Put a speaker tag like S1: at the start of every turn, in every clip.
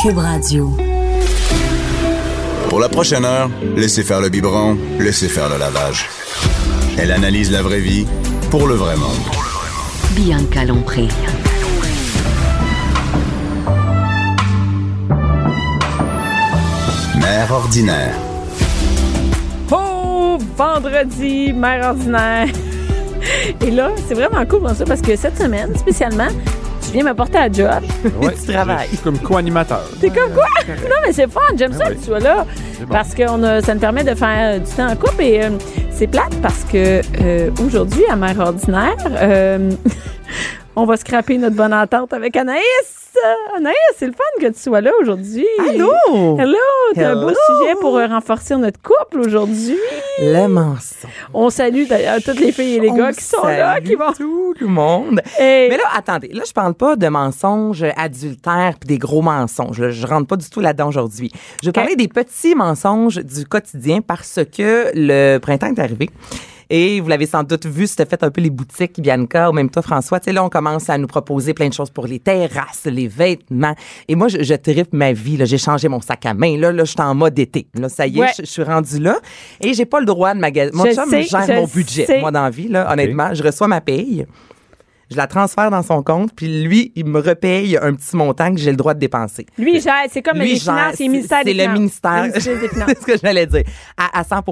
S1: Cube Radio.
S2: Pour la prochaine heure, laissez faire le biberon, laissez faire le lavage. Elle analyse la vraie vie pour le vrai monde.
S1: Bianca Lompré.
S2: Mère ordinaire.
S3: Oh, vendredi, mère ordinaire. Et là, c'est vraiment cool comme ça parce que cette semaine, spécialement, tu viens m'apporter à job.
S4: Ouais,
S3: tu travailles.
S4: Je suis comme co-animateur.
S3: T'es comme quoi? Non, mais c'est fun. J'aime ça que tu sois là.
S4: bon.
S3: Parce que on a- ça nous permet de faire euh, du temps en couple. Et euh, c'est plate parce que euh, aujourd'hui, à Mère Ordinaire, euh, on va scraper notre bonne entente avec Anaïs. Euh, Anaïs, c'est le fun que tu sois là aujourd'hui.
S5: Allô?
S4: oh!
S3: Hello! T'as un beau
S5: Hello!
S3: sujet pour euh, renforcer notre couple aujourd'hui.
S5: Le mensonge.
S3: On salue d'ailleurs Ah, toutes les filles et les gars
S5: On
S3: qui sont là,
S5: salue
S3: qui vont.
S5: Tout le monde.
S3: Hey.
S5: Mais là, attendez, là, je parle pas de mensonges adultères puis des gros mensonges. là. je rentre pas du tout là-dedans aujourd'hui. Je vais parler des petits mensonges du quotidien parce que le printemps est arrivé. Et vous l'avez sans doute vu, c'était fait un peu les boutiques, Bianca, ou même toi, François. Tu sais, là, on commence à nous proposer plein de choses pour les terrasses, les vêtements. Et moi, je, je tripe ma vie. là. J'ai changé mon sac à main. Là, là je suis en mode été. Là, ça y est,
S3: Ouais.
S5: je, je suis rendue là. Et j'ai pas le droit de magasiner. Mon
S3: Je
S5: chum
S3: sais,
S5: gère
S3: je
S5: mon budget,
S3: sais.
S5: moi, dans la vie, là, honnêtement. Je reçois ma paye, je la transfère dans son compte, puis lui, il me repaye un petit montant que j'ai le droit de dépenser.
S3: Lui, gère, c'est comme
S5: Lui,
S3: les
S5: gère,
S3: finances, c'est le ministère
S5: c'est
S3: des
S5: le
S3: Finances.
S5: ministère.
S3: ministère des Finances.
S5: C'est ce que j'allais dire. À, à 100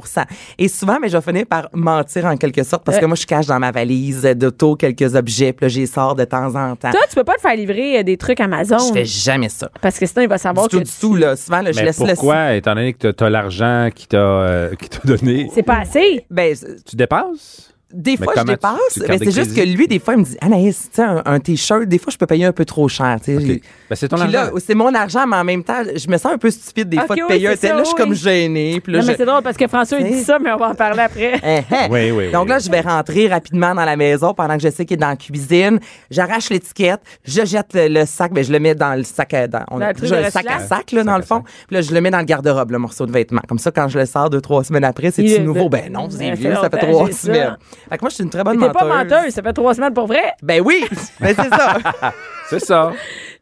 S5: Et souvent, mais je vais finir par mentir en quelque sorte parce
S3: Ouais.
S5: que moi, je cache dans ma valise d'auto quelques objets, puis là, j'y sors de temps en temps.
S3: Toi, tu peux pas te faire livrer euh, des trucs
S5: Je
S3: Amazon.
S5: fais jamais ça.
S3: Parce que sinon, il va savoir
S5: Du tout,
S3: que
S5: du tout, là. Souvent, là, je
S4: Mais
S5: laisse le-
S4: pourquoi, étant donné que tu as l'argent qui t'a euh, qui t'a donné,
S3: c'est pas assez.
S5: Ben, c'est-
S4: tu dépasses?
S5: Des
S4: Mais
S5: fois, je
S4: comment tu-
S5: dépasse.
S4: tu
S5: mais
S4: gardes
S5: c'est
S4: des
S5: juste que
S4: crédits?
S5: lui, des fois, il me dit Anaïs, tu sais, un, un t-shirt, des fois, je peux payer un peu trop cher. tu sais.
S4: OK. Ben, c'est ton
S5: Puis là,
S4: argent.
S5: c'est mon argent, mais en même temps, je me sens un peu stupide des
S3: OK,
S5: fois de
S3: oui,
S5: payer un
S3: c'est
S5: tel.
S3: ça,
S5: Là, je suis
S3: oui.
S5: comme gênée. Puis là,
S3: non,
S5: je-
S3: mais c'est drôle parce que François, il dit
S5: C'est-
S3: ça, mais on va en parler après.
S5: Hein, hein.
S4: Oui, oui, oui.
S5: Donc là, je vais rentrer rapidement dans la maison pendant que je sais qu'il est dans la cuisine. J'arrache l'étiquette, je jette le, le sac, mais je le mets dans le sac à, dans, on
S3: Dans
S5: a
S3: le truc de
S5: toujours un sac à
S3: recyclage.
S5: sac, là, dans
S4: Sac
S5: le
S4: à
S5: fond. Puis là, je le mets dans le garde-robe, le morceau de vêtement. Comme ça, quand je le sors deux, trois semaines après,
S3: Il est-
S5: c'est nouveau. Ben non, c'est
S3: Ça
S5: vieux,
S3: fait
S5: ça fait
S3: longtemps,
S5: trois
S3: j'ai ça.
S5: semaines. Fait que moi, je suis une très bonne
S3: T'es
S5: menteuse.
S3: pas menteuse, ça fait trois semaines pour vrai.
S5: Ben oui, ben c'est ça.
S4: C'est ça.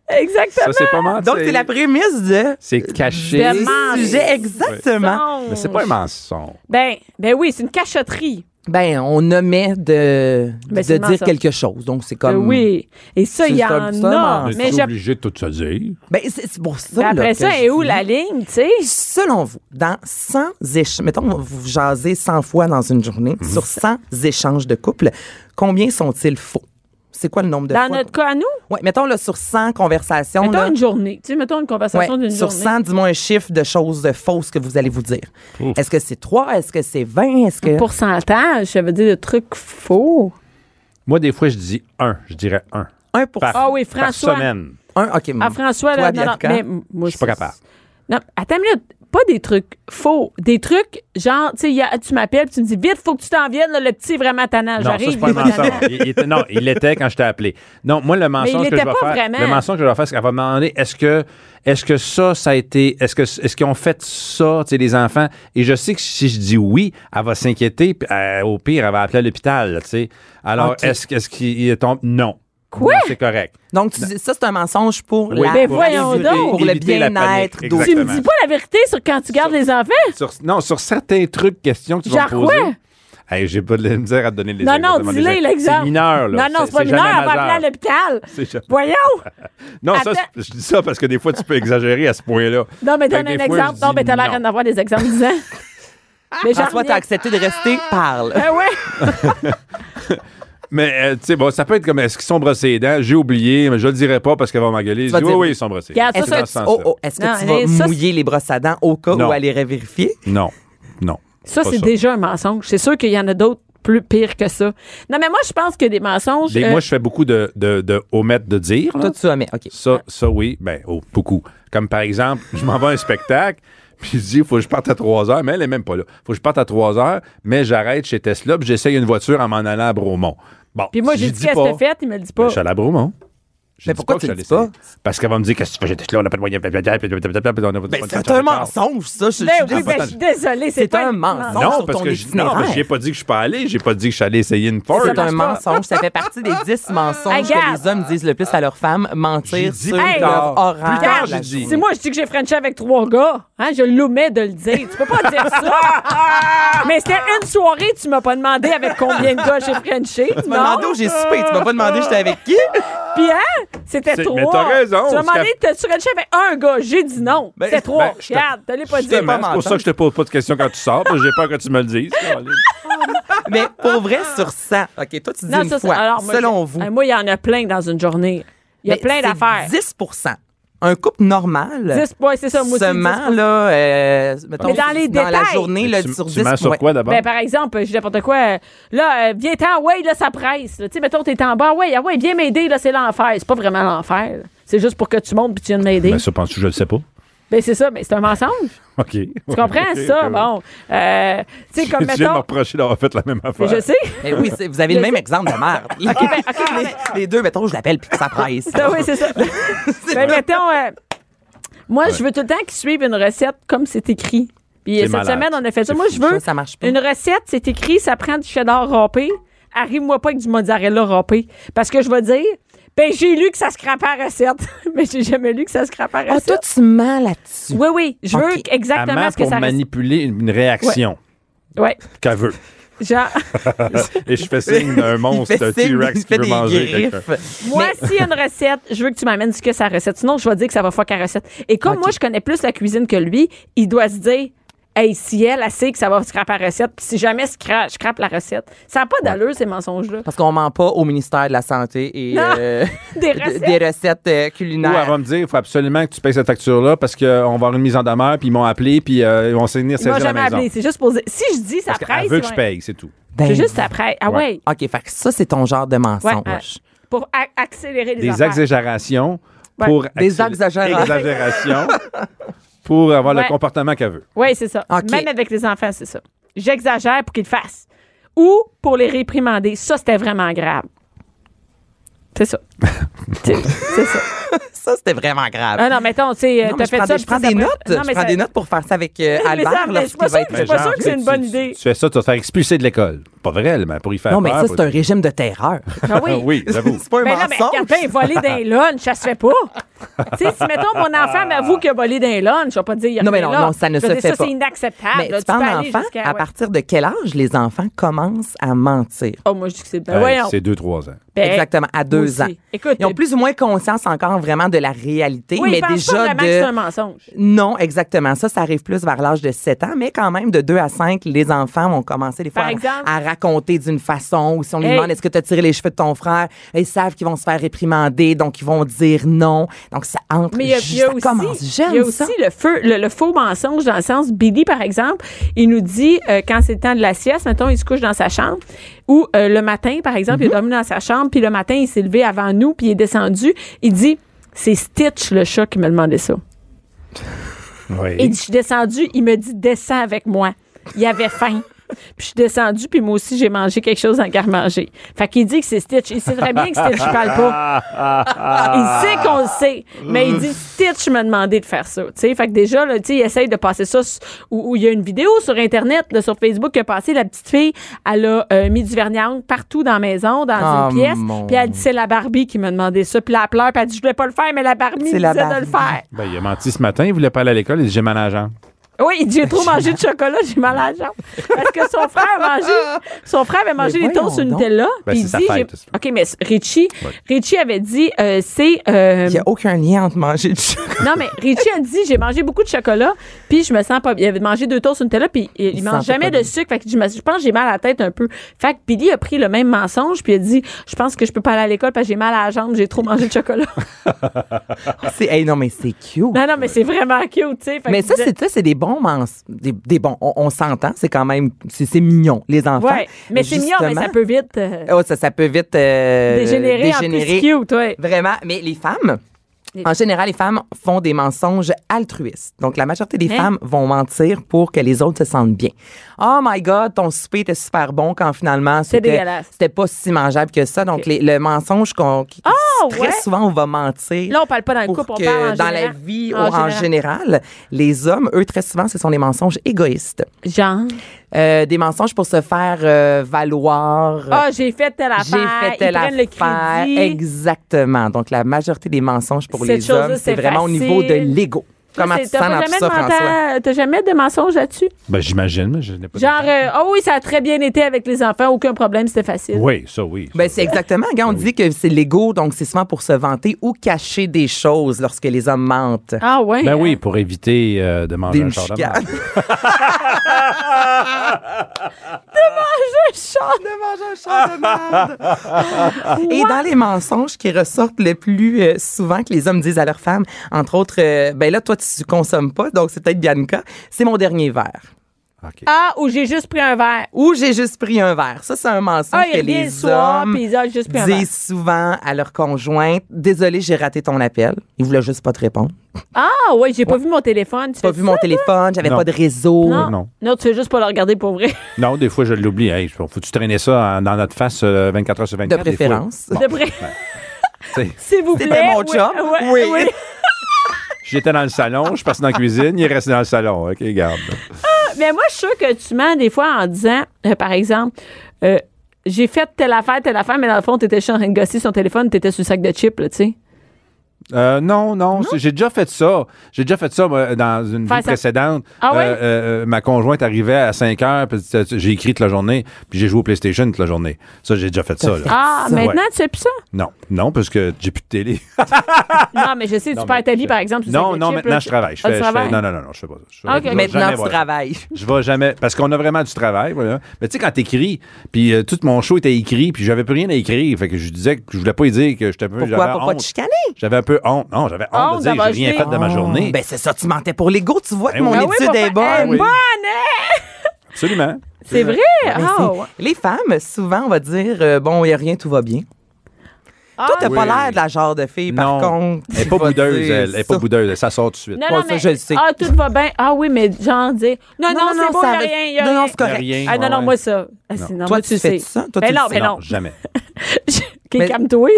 S4: Ça,
S3: Exactement.
S4: c'est pas mentir.
S5: Donc, c'est la prémisse de...
S4: C'est caché.
S3: Vraiment. mensonge.
S5: sujet, exactement.
S4: Mais c'est pas un mensonge.
S3: Ben, ben oui, c'est une cachoterie.
S5: Ben, on omet de,
S3: Ben, c'est
S5: de
S3: une
S5: dire
S3: mensonge.
S5: quelque chose. Donc, c'est comme...
S3: Euh, oui. Et ça,
S5: C'est
S3: il y
S5: un-
S3: en
S5: c'est un
S3: a.
S5: mensonge.
S3: Mais
S4: Mais
S3: je-
S4: obligé de tout se dire.
S5: Ben, c'est c'est pour ça.
S3: Mais
S5: là,
S3: après
S5: que
S3: ça,
S5: je
S3: est où
S5: dis-
S3: la ligne, tu sais?
S5: Selon vous, dans 100 échanges, mettons, vous jasez 100 fois dans une journée, sur 100 échanges de couple, combien sont-ils faux? C'est quoi le nombre de
S3: Dans
S5: fois?
S3: notre cas à nous,
S5: Ouais, mettons, là, sur 100 conversations,
S3: mettons
S5: là,
S3: une journée. Tu sais, mettons une conversation
S5: Ouais,
S3: d'une
S5: sur
S3: journée.
S5: 100, dis-moi un chiffre de choses euh, fausses que vous allez vous dire. Est-ce que c'est 3? Est-ce que c'est 20? Est-ce que...
S3: Pourcentage, ça veut dire de trucs faux.
S4: Moi, des fois, je dis un. Je dirais un.
S5: 1 pour
S4: Par,
S3: Ah oui,
S4: par
S3: François.
S4: semaine.
S5: Un, OK.
S3: À François,
S5: Toi,
S3: là, non, non,
S5: Bianca,
S3: mais m- moi,
S4: je suis pas
S3: c'est-
S4: capable.
S3: Non, attends une minute. Pas des trucs faux. Des trucs, genre, tu sais, il y a- tu m'appelles puis tu me dis, vite, faut que tu t'en viennes, là, le petit est vraiment tannant.
S4: Non, ça,
S3: Ah, J'arrive.
S4: c'est pas un
S3: il est tannant.
S4: mensonge. Il, il était, non, il l'était quand je t'ai appelé. Non, moi, le mensonge que
S3: l'était
S4: je vais
S3: pas
S4: faire.
S3: vraiment.
S4: Le mensonge que je vais faire, c'est qu'elle va me demander est-ce que, est-ce que ça, ça a été. Est-ce, que, est-ce qu'ils ont fait ça, tu sais, les enfants Et je sais que si je dis oui, elle va s'inquiéter. Puis, euh, au pire, elle va appeler à l'hôpital, là, tu sais. Alors,
S5: Ok.
S4: est-ce, est-ce qu'il est tombé Non.
S3: Quoi?
S4: Non, C'est correct.
S5: Donc, tu dis- ça, c'est un mensonge pour,
S4: Oui,
S5: la,
S3: Ben
S5: pour
S3: voyons
S5: éviter-
S3: donc.
S5: pour le
S4: Éviter la panique,
S5: bien-être d'autres.
S3: Tu me
S4: Exactement.
S3: dis pas la vérité sur quand tu gardes les enfants?
S4: Sur, non, sur certains trucs, questions que tu vas me
S3: Genre
S4: poser.
S3: quoi?
S4: Hey, j'ai pas de la misère à te donner les
S3: Non,
S4: exemples,
S3: non,
S4: vraiment,
S3: dis-le,
S4: les exemples.
S3: l'exemple.
S4: C'est mineur, là.
S3: Non, non, c'est pas mineur,
S4: jamais
S3: on va
S4: majeur.
S3: appeler à l'hôpital.
S4: C'est jamais-
S3: Voyons!
S4: Non, ça,
S3: Attends.
S4: c'est- je dis ça parce que des fois, tu peux exagérer à ce point-là.
S3: Non, mais
S4: Fait
S3: donne
S4: que
S3: un
S4: des fois,
S3: exemple.
S4: je
S3: Non,
S4: dis
S3: mais t'as l'air d'en avoir des exemples disant. mais j'en
S5: François, t'as
S3: reviens.
S5: accepté de rester, parle.
S3: Ben ouais!
S4: Mais, euh, tu sais, bon, ça peut être comme est-ce qu'ils sont brossés les dents? J'ai oublié, mais je le dirai pas parce qu'elle va m'engueuler. Je
S5: vas
S4: dis oui,
S5: dire
S4: oui,
S5: oui.
S4: ils sont brossés.
S3: Regarde, ça,
S5: Est-ce que,
S4: C'est dans ce
S5: tu,
S4: sens-là.
S5: oh, oh, est-ce que
S3: Non,
S5: tu
S3: mais ça,
S5: vas mouiller les brosses à dents au cas
S4: Non.
S5: où aller vérifier?
S4: Non, non.
S3: Ça,
S4: Pas
S3: c'est déjà un mensonge. C'est sûr qu'il y en a d'autres plus pire que ça. Non, mais moi, je pense que des mensonges.
S4: Des-
S3: euh,
S4: Moi, je fais beaucoup de, de, de omettre de dire. là.
S5: Tout ça, mais OK.
S4: Ça, ça oui, ben, oh, beaucoup. Comme par exemple, je m'en vais à un spectacle, puis je dis, il faut que je parte à 3 heures, mais elle est même pas là. faut que je parte à 3 heures, mais j'arrête chez Tesla, puis j'essaye une voiture en m'en allant à Bromont. Bon,
S3: puis moi,
S4: j'y
S3: j'ai
S4: dis
S3: dit qu'est-ce
S4: pas.
S3: que fait, il me le dit
S4: Ben,
S3: pas.
S4: je suis allé à Bromont. J'ai
S5: Mais
S4: dit
S5: pourquoi
S4: que
S5: tu
S4: je
S5: le
S4: l'ai
S5: dis pas?
S4: essayé. Parce qu'elle va me dire, qu'est-ce que tu fais, j'ai Tesla, on n'a pas de moyens.
S5: Ben,
S4: blablabla.
S5: c'est un mensonge, ça. Je,
S3: Ben
S5: je
S3: oui,
S5: suis désolée.
S3: ben, je suis désolée.
S5: C'est
S3: pas
S5: un
S3: une-
S5: mensonge.
S4: Non,
S5: sur
S4: parce
S5: ton
S4: que je- non,
S5: itinéraire.
S4: parce que j'ai pas dit que je suis pas allé, j'ai pas dit que je suis allé essayer une Ford.
S5: C'est un
S3: marche pas.
S5: mensonge. Ça fait partie des 10 mensonges que
S3: Ah, Regarde.
S5: les hommes disent le plus à leurs femmes.
S4: J'ai
S5: Mentir
S4: dit
S5: sur
S4: plus tard.
S5: leur horaire.
S4: Plus tard,
S5: de la
S4: j'ai dit.
S5: journée.
S3: Si moi, je dis que j'ai Frenché avec trois gars, hein, je l'omets de le dire. Tu peux pas dire ça. Mais c'était une soirée, tu m'as pas demandé avec combien de gars j'ai Frenché.
S5: Tu m'as demandé
S3: non?
S5: où j'ai soupé. Tu m'as pas demandé j'étais avec qui.
S3: Puis, hein, c'était
S4: C'est-
S3: trois.
S4: mais t'as raison,
S3: Tu m'as
S4: parce
S3: demandé,
S4: qu'à-
S3: t'as-tu Frenché avec un gars? J'ai dit non.
S5: Ben,
S3: c'était trois.
S4: ben, je te-
S3: Regarde, t'allais pas dire.
S4: Justement, C'est pour ça que je te pose pas de questions quand tu sors, parce que j'ai peur que tu me le dises.
S5: Mais pour vrai, sur 100. OK, toi, tu dis
S3: Non,
S5: une
S3: ça, c'est-
S5: fois.
S3: alors, moi,
S5: selon
S3: je-
S5: vous.
S3: Euh, Moi, il y en a plein dans une journée. Il y a
S5: ben,
S3: plein
S5: c'est
S3: d'affaires.
S5: 10 Un couple normal.
S3: 10 ouais, c'est ça, moi aussi,
S5: Seulement,
S3: 10%.
S5: là, euh, mettons,
S3: Mais dans les
S5: la
S3: détails.
S5: journée, là, sur 10
S4: Tu mens sur
S5: ouais.
S4: quoi d'abord?
S3: Ben, par exemple, je dis n'importe quoi. euh, Là, euh, viens-t'en, ouais, là, ça presse. là. Tu sais, mettons, t'es en bas, ouais, ah ouais, viens m'aider, là, c'est l'enfer. C'est pas vraiment l'enfer. là. C'est juste pour que tu montes puis tu viennes m'aider.
S4: Ben, ça, penses-tu que je le sais pas?
S3: Ben, c'est ça, mais c'est un mensonge.
S4: OK.
S3: Tu comprends ça? Bon. Euh, tu sais, comme
S4: Tu viens de me
S3: mettons.
S4: reprocher d'avoir fait la même affaire.
S3: Je sais.
S5: Mais Ben oui, c'est- vous avez le
S3: Mais ben,
S5: même exemple de merde. les, les deux, mettons, je l'appelle puis que ça presse.
S3: Ah oui, c'est ça. ben, mettons, euh, moi, je veux tout le temps qu'ils suivent une recette comme c'est écrit. Puis
S4: C'est
S3: cette
S4: malade.
S3: semaine, on a fait ça.
S4: C'est
S3: Moi,
S4: fou.
S3: je veux
S5: Ça, ça marche pas.
S3: une recette, c'est écrit, ça prend du cheddar râpé. Arrive-moi pas avec du mozzarella râpé. Parce que je vais dire, ben j'ai lu que ça se crappe à recette. Mais j'ai jamais lu que ça se crappe à
S5: Ah, toi,
S3: recette.
S5: tu mens là-dessus.
S3: oui, oui, je veux
S5: Ok.
S4: Elle
S3: exactement
S4: ment
S3: ce que
S4: pour
S3: ça reste.
S4: manipuler une une réaction
S3: Ouais,
S4: qu'elle veut.
S3: genre,
S4: Et je fais signe d'un monstre,
S5: Il fait
S4: d'un
S5: signe,
S4: T-Rex
S5: il
S4: qui
S5: fait
S4: veut
S5: des
S4: manger quelqu'un.
S5: griffes.
S3: moi, s'il y a une recette, je veux que tu m'amènes ce que ça recette. Sinon, je vais dire que ça va fuck la recette. Et comme moi, je connais plus la cuisine que lui, il doit se dire, hey, si elle, elle sait que ça va scraper la recette, puis si jamais scra- je crappe la recette, ça n'a pas d'allure, ces mensonges-là.
S5: Parce qu'on ment pas au ministère de la Santé et
S3: Non.
S5: euh,
S3: Des
S5: de-
S3: recettes.
S5: des recettes euh,
S4: Ou elle
S5: culinaires.
S4: va me dire, il faut absolument que tu payes cette facture-là parce qu'on va avoir une mise en demeure, puis ils m'ont appelé, puis euh, ils vont saigner
S3: Ils
S4: saisir
S3: m'ont
S4: la
S3: jamais
S4: maison.
S3: appelé. C'est juste pour dire- Si je dis ça
S4: Parce
S3: presse.
S4: qu'elle veut
S3: ils
S4: que je
S3: vont-
S4: paye, c'est tout.
S5: Ben,
S3: C'est juste après. Ah ouais.
S4: Ouais.
S5: OK, fait que ça, c'est ton genre de
S3: ouais,
S5: mensonge.
S3: ah, pour a- accélérer les
S4: Des
S3: affaires.
S4: exagérations
S3: Ouais.
S4: pour...
S5: Des
S4: accélérer-
S5: exagérations.
S4: exagérations pour avoir
S3: Ouais.
S4: le comportement qu'elle veut.
S3: Oui, c'est ça.
S5: OK.
S3: Même avec les enfants, c'est ça. J'exagère pour qu'ils le fassent. Ou pour les réprimander. Ça, c'était vraiment grave. C'est ça. c'est c'est ça.
S5: Ça, c'était vraiment grave.
S3: Ah non, mettons, tu sais,
S5: Non,
S3: t'as
S5: mais je prends
S3: fait ça.
S5: des- je prends
S3: puis ça
S5: des
S3: prend-
S5: notes.
S3: Non,
S5: Je
S3: mais
S5: prends
S3: ça-
S5: des notes pour faire ça avec euh,
S3: Mais ça,
S5: Albert
S3: mais c'est
S5: lorsqu'il
S3: pas
S5: va
S3: ça
S5: être
S3: que- Je suis pas
S4: genre,
S3: sûre que c'est une
S4: tu-
S3: bonne
S4: tu-
S3: idée.
S4: Tu fais ça, tu vas te faire expulser de l'école. Pas vrai, mais pour y faire
S5: Non, mais
S4: peur,
S5: ça,
S4: faut-
S5: c'est un régime de terreur.
S3: Ah oui.
S4: Oui, j'avoue.
S5: c'est pas un
S3: Mais là, Ben mais
S5: mensonge.
S3: quelqu'un volé d'un lunch, ça se fait pas. tu sais, si mettons mon enfant m'avoue qu'il a volé d'un lunch, je vais pas dire. il a
S5: Non, mais
S3: rien
S5: non,
S3: là.
S5: non, ça ne
S3: Je vais dire,
S5: se fait
S3: Ça,
S5: pas.
S3: c'est inacceptable.
S5: mais
S3: là.
S5: tu
S3: peux
S5: parles
S3: aller
S5: d'enfants,
S3: jusqu'à-
S5: à
S3: ouais.
S5: partir de quel âge les enfants commencent à mentir?
S3: Oh, moi, je dis que c'est. Ben,
S4: Ouais,
S3: voyons.
S4: C'est 2-3 ans.
S3: Ben,
S5: Exactement, à
S3: moi
S5: deux
S3: aussi.
S5: ans.
S3: Écoute, euh,
S5: Ils ont plus ou moins conscience encore vraiment de la réalité,
S3: oui,
S5: mais
S3: ils pensent pas
S5: déjà
S3: vraiment que c'est un
S5: de...
S3: mensonge.
S5: Non, exactement. Ça, ça arrive plus vers l'âge de 7 ans, mais quand même, de 2 à 5, les enfants vont commencer des fois
S3: Par
S5: à-
S3: exemple?
S5: à, raconter d'une façon, ou si on lui
S3: Hey.
S5: demande est-ce que tu as tiré les cheveux de ton frère, ils savent qu'ils vont se faire réprimander, donc ils vont dire non. Donc ça entre,
S3: Mais il y a, il y a
S5: ça commence
S3: aussi,
S5: jeune,
S3: il y a
S5: ça.
S3: aussi le, feu, le, le faux mensonge dans le sens, Billy, par exemple, il nous dit euh, quand c'est le temps de la sieste, mettons, il se couche dans sa chambre, ou euh, le matin, par exemple, il a dormi dans sa chambre, puis le matin, il s'est levé avant nous, puis il est descendu. Il dit c'est Stitch, le chat, qui me demandait ça. Et il dit, je suis descendue, il me dit descends avec moi. Il avait faim. Puis je suis descendue, puis moi aussi j'ai mangé quelque chose dans le garde-manger. Fait qu'il dit que c'est Stitch. Il sait très bien que Stitch parle pas.
S5: Ah.
S3: Il sait qu'on le sait, mais il dit Stitch m'a demandé de faire ça. Tu sais, fait que déjà là, tu sais, il essaye de passer ça s- où, où il y a une vidéo sur internet, là, sur Facebook, qui a passé la petite fille, elle a euh, mis du vernis à ongles partout dans la maison, dans
S5: Ah,
S3: une pièce,
S5: mon-
S3: puis elle dit c'est la Barbie qui m'a demandé ça, puis là, elle pleure, puis elle dit je voulais pas le faire, mais la Barbie me
S5: C'est
S3: disait
S5: la
S3: de le faire.
S4: Ben, il a menti ce matin, il voulait pas aller à l'école, il dit j'ai mal à la jambe.
S3: Oui, il dit j'ai trop mangé de chocolat, j'ai mal à la jambe. Parce que son frère a mangé, son frère avait mangé
S5: Mais
S3: des toasts sur
S5: voyons donc.
S3: Nutella.
S4: Ben,
S3: puis
S4: c'est
S3: il
S4: sa
S3: dit,
S4: fête,
S3: j'ai-
S4: c'est
S3: ok, mais Richie, Richie avait dit euh, c'est euh,
S5: Il n'y a aucun lien entre manger du chocolat.
S3: non mais Richie a dit j'ai mangé beaucoup de chocolat, puis je me sens pas. bien. Il avait mangé deux toasts sur Nutella, puis il, il
S5: Il se
S3: mange
S5: sentait
S3: jamais
S5: pas
S3: de
S5: bien.
S3: sucre. Fait que je, me- je pense que j'ai mal à la tête un peu. Fait que Billy a pris le même mensonge, puis il a dit je pense que je peux pas aller à l'école parce que j'ai mal à la jambe, j'ai trop mangé de chocolat.
S5: C'est, hey, non, mais c'est cute.
S3: non non mais c'est vraiment cute, tu sais. Ben, Fait
S5: mais
S3: que
S5: ça,
S3: je-
S5: c'est ça, c'est des bons bons mensonges. Des, des bons. On, on s'entend, c'est quand même. C'est c'est mignon, les enfants.
S3: Ouais. Mais c'est mignon, mais ça
S5: justement-
S3: peut vite euh,
S5: Oh, ça, ça peut vite euh,
S3: dégénérer,
S5: dégénérer.
S3: en plus cute, ouais.
S5: Vraiment. Mais les femmes,
S3: Les-
S5: en général, les femmes font des mensonges altruistes. Donc, la majorité des
S3: Hein?
S5: femmes vont mentir pour que les autres se sentent bien. Oh my God, ton souper était super bon quand finalement c'était
S3: dégueulasse.
S5: c'était pas si mangeable que ça. Donc,
S3: Ok.
S5: les- le mensonge qu'on qui- qui-
S3: Ah,
S5: très
S3: ouais?
S5: souvent on va mentir.
S3: Là, on parle pas dans le
S5: pour
S3: couple, on
S5: que
S3: parle en
S5: dans
S3: général.
S5: la vie
S3: En
S5: ou en
S3: général.
S5: général, les hommes, eux, très souvent, ce sont des mensonges égoïstes.
S3: Genre.
S5: Euh, des mensonges pour se faire euh, valoir.
S3: Ah, j'ai fait telle affaire.
S5: J'ai fait telle
S3: ils prennent le
S5: affaire.
S3: crédit.
S5: Exactement. Donc, la majorité des mensonges pour
S3: Cette
S5: les
S3: chose-là,
S5: hommes,
S3: c'est
S5: c'est vraiment
S3: facile.
S5: au niveau de l'ego.
S3: Toi,
S5: Comment
S3: c'est-
S5: tu sens
S3: t'as pas
S5: dans tout
S3: jamais
S5: ça,
S3: de menta-
S5: François?
S3: T'as jamais de mensonge là-dessus?
S4: Ben, j'imagine, mais je n'ai pas.
S3: Genre, euh, ah oui, ça a très bien été avec les enfants, aucun problème, c'était facile.
S4: Oui, ça, oui. ça.
S5: Ben, c'est exactement. Regarde, on dit que c'est l'ego, donc c'est souvent pour se vanter ou cacher des choses lorsque les hommes mentent.
S3: Ah ouais.
S4: Ben
S3: hein?
S4: oui, pour éviter euh, de manger
S5: Des
S4: un char de
S5: chicanes.
S4: marde.
S3: Je chante.
S5: Et dans les mensonges qui ressortent le plus euh, souvent que les hommes disent à leurs femmes, entre autres, euh, ben là, toi, tu consommes pas, donc c'est peut-être Bianca, c'est mon dernier verre.
S4: OK.
S3: Ah, ou j'ai juste pris un verre.
S5: Ou j'ai juste pris un verre. Ça, c'est un mensonge
S3: Ah, il
S5: que
S3: revient
S5: les
S3: le soir,
S5: hommes
S3: puis ils ont juste pris un verre.
S5: disent souvent à leur conjointe Désolé, j'ai raté ton appel. Il voulait juste pas te répondre.
S3: Ah ouais, j'ai pas vu mon téléphone. Tu
S5: Pas
S3: fais
S5: vu mon téléphone, j'avais
S4: Non.
S5: pas de réseau.
S3: ça? Non.
S4: Non.
S3: Non, tu fais juste pas le regarder pour vrai.
S4: Non, des fois, je l'oublie. Hey, faut-tu traîner ça en- dans notre face euh, 24 heures sur 24?
S5: De
S4: des fois?
S5: préférence.
S4: Bon,
S3: De vrai.
S4: tu sais,
S3: S'il vous plaît.
S5: C'était mon
S3: oui,
S5: chum.
S3: ouais,
S5: Oui.
S3: oui.
S4: J'étais dans le salon, je passais dans la cuisine, il est resté dans le salon. OK, garde.
S3: Mais moi, je suis sûre que tu mens des fois en disant, euh, par exemple, euh, j'ai fait telle affaire, telle affaire, mais dans le fond, t'étais juste en train de gosser son téléphone, t'étais sur le sac de chips, là, tu sais.
S4: Euh, non, non, c'est- j'ai déjà fait ça. J'ai déjà fait ça moi, dans une
S3: Faire
S4: vie
S3: ça.
S4: précédente.
S3: Ah ouais?
S4: euh, euh, ma conjointe arrivait à 5 heures, puis tu- tu- j'ai écrit toute la journée, puis j'ai joué au PlayStation toute la journée. Ça, j'ai déjà fait ça. là.
S3: Ah,
S4: Ça,
S3: maintenant,
S4: ouais.
S3: tu fais plus ça?
S4: Non, non, parce que j'ai plus de télé.
S3: Non, mais je sais, tu
S4: Non,
S3: perds
S4: mais
S3: ta vie,
S4: je-
S3: par exemple. sur le
S4: Non,
S3: sac de
S4: non,
S3: chips,
S4: maintenant,
S3: là,
S4: je travaille. Je
S3: Ah, tu
S4: fais, je fais-
S3: travailles?
S4: non, non, non, non, je fais pas ça. Je fais-
S3: Ah, ok.
S4: je vais jamais
S5: Maintenant, tu
S4: voir ça.
S5: travailles.
S4: Je vais jamais. Parce qu'on a vraiment du travail. Voilà. Mais tu sais, quand t'écris, puis euh, tout mon show était écrit, puis j'avais plus rien à écrire. Fait que je disais que je voulais pas y dire que j'étais un peu.
S5: Pourquoi?
S4: j'avais
S5: Pour pas
S4: honte.
S5: te chicaner?
S4: J'avais un peu honte. Non, j'avais honte,
S3: Honte
S4: de dire
S3: d'avoir
S4: que j'ai rien
S3: jeté.
S4: fait de ma journée.
S5: Ben, c'est ça, tu mentais pour l'ego. Tu vois que
S4: Ben
S5: mon
S4: oui.
S3: Ah oui,
S5: étude
S3: pour
S5: est
S3: faire-
S5: bonne.
S3: Eh,
S4: Oui.
S3: bonne, hein?
S4: Absolument.
S3: C'est vrai? Ah, ouais.
S5: Les femmes, souvent, on va dire euh, Bon, il n'y a rien, tout va bien.
S3: Ah,
S5: Toi, t'as pas
S4: Oui.
S5: l'air de la genre de fille, par
S4: non.
S5: contre.
S4: Elle
S5: qui
S4: n'est pas
S5: va
S4: boudeuse.
S5: dire
S4: Elle n'est pas
S5: ça.
S4: boudeuse. Ça sort tout de suite.
S3: Non,
S5: Ouais,
S3: non,
S5: ça,
S3: mais,
S5: je le sais.
S3: Ah, tout va bien. Ah oui, mais genre dire. Non, non,
S5: Non, non,
S3: c'est bon,
S5: ça
S3: il y a
S5: va-
S3: rien. il y a
S5: Non, non,
S3: rien.
S5: c'est correct.
S4: Rien.
S3: Ah non, non,
S4: Ouais.
S3: moi ça. Ah, c'est- non,
S5: Toi,
S3: moi,
S5: tu
S3: sais.
S5: fais ça? Toi,
S3: ben
S5: tu le
S3: non,
S5: sais.
S3: mais non.
S4: Non, jamais.
S3: Qu'est-
S5: Mais-
S3: Calme-toi.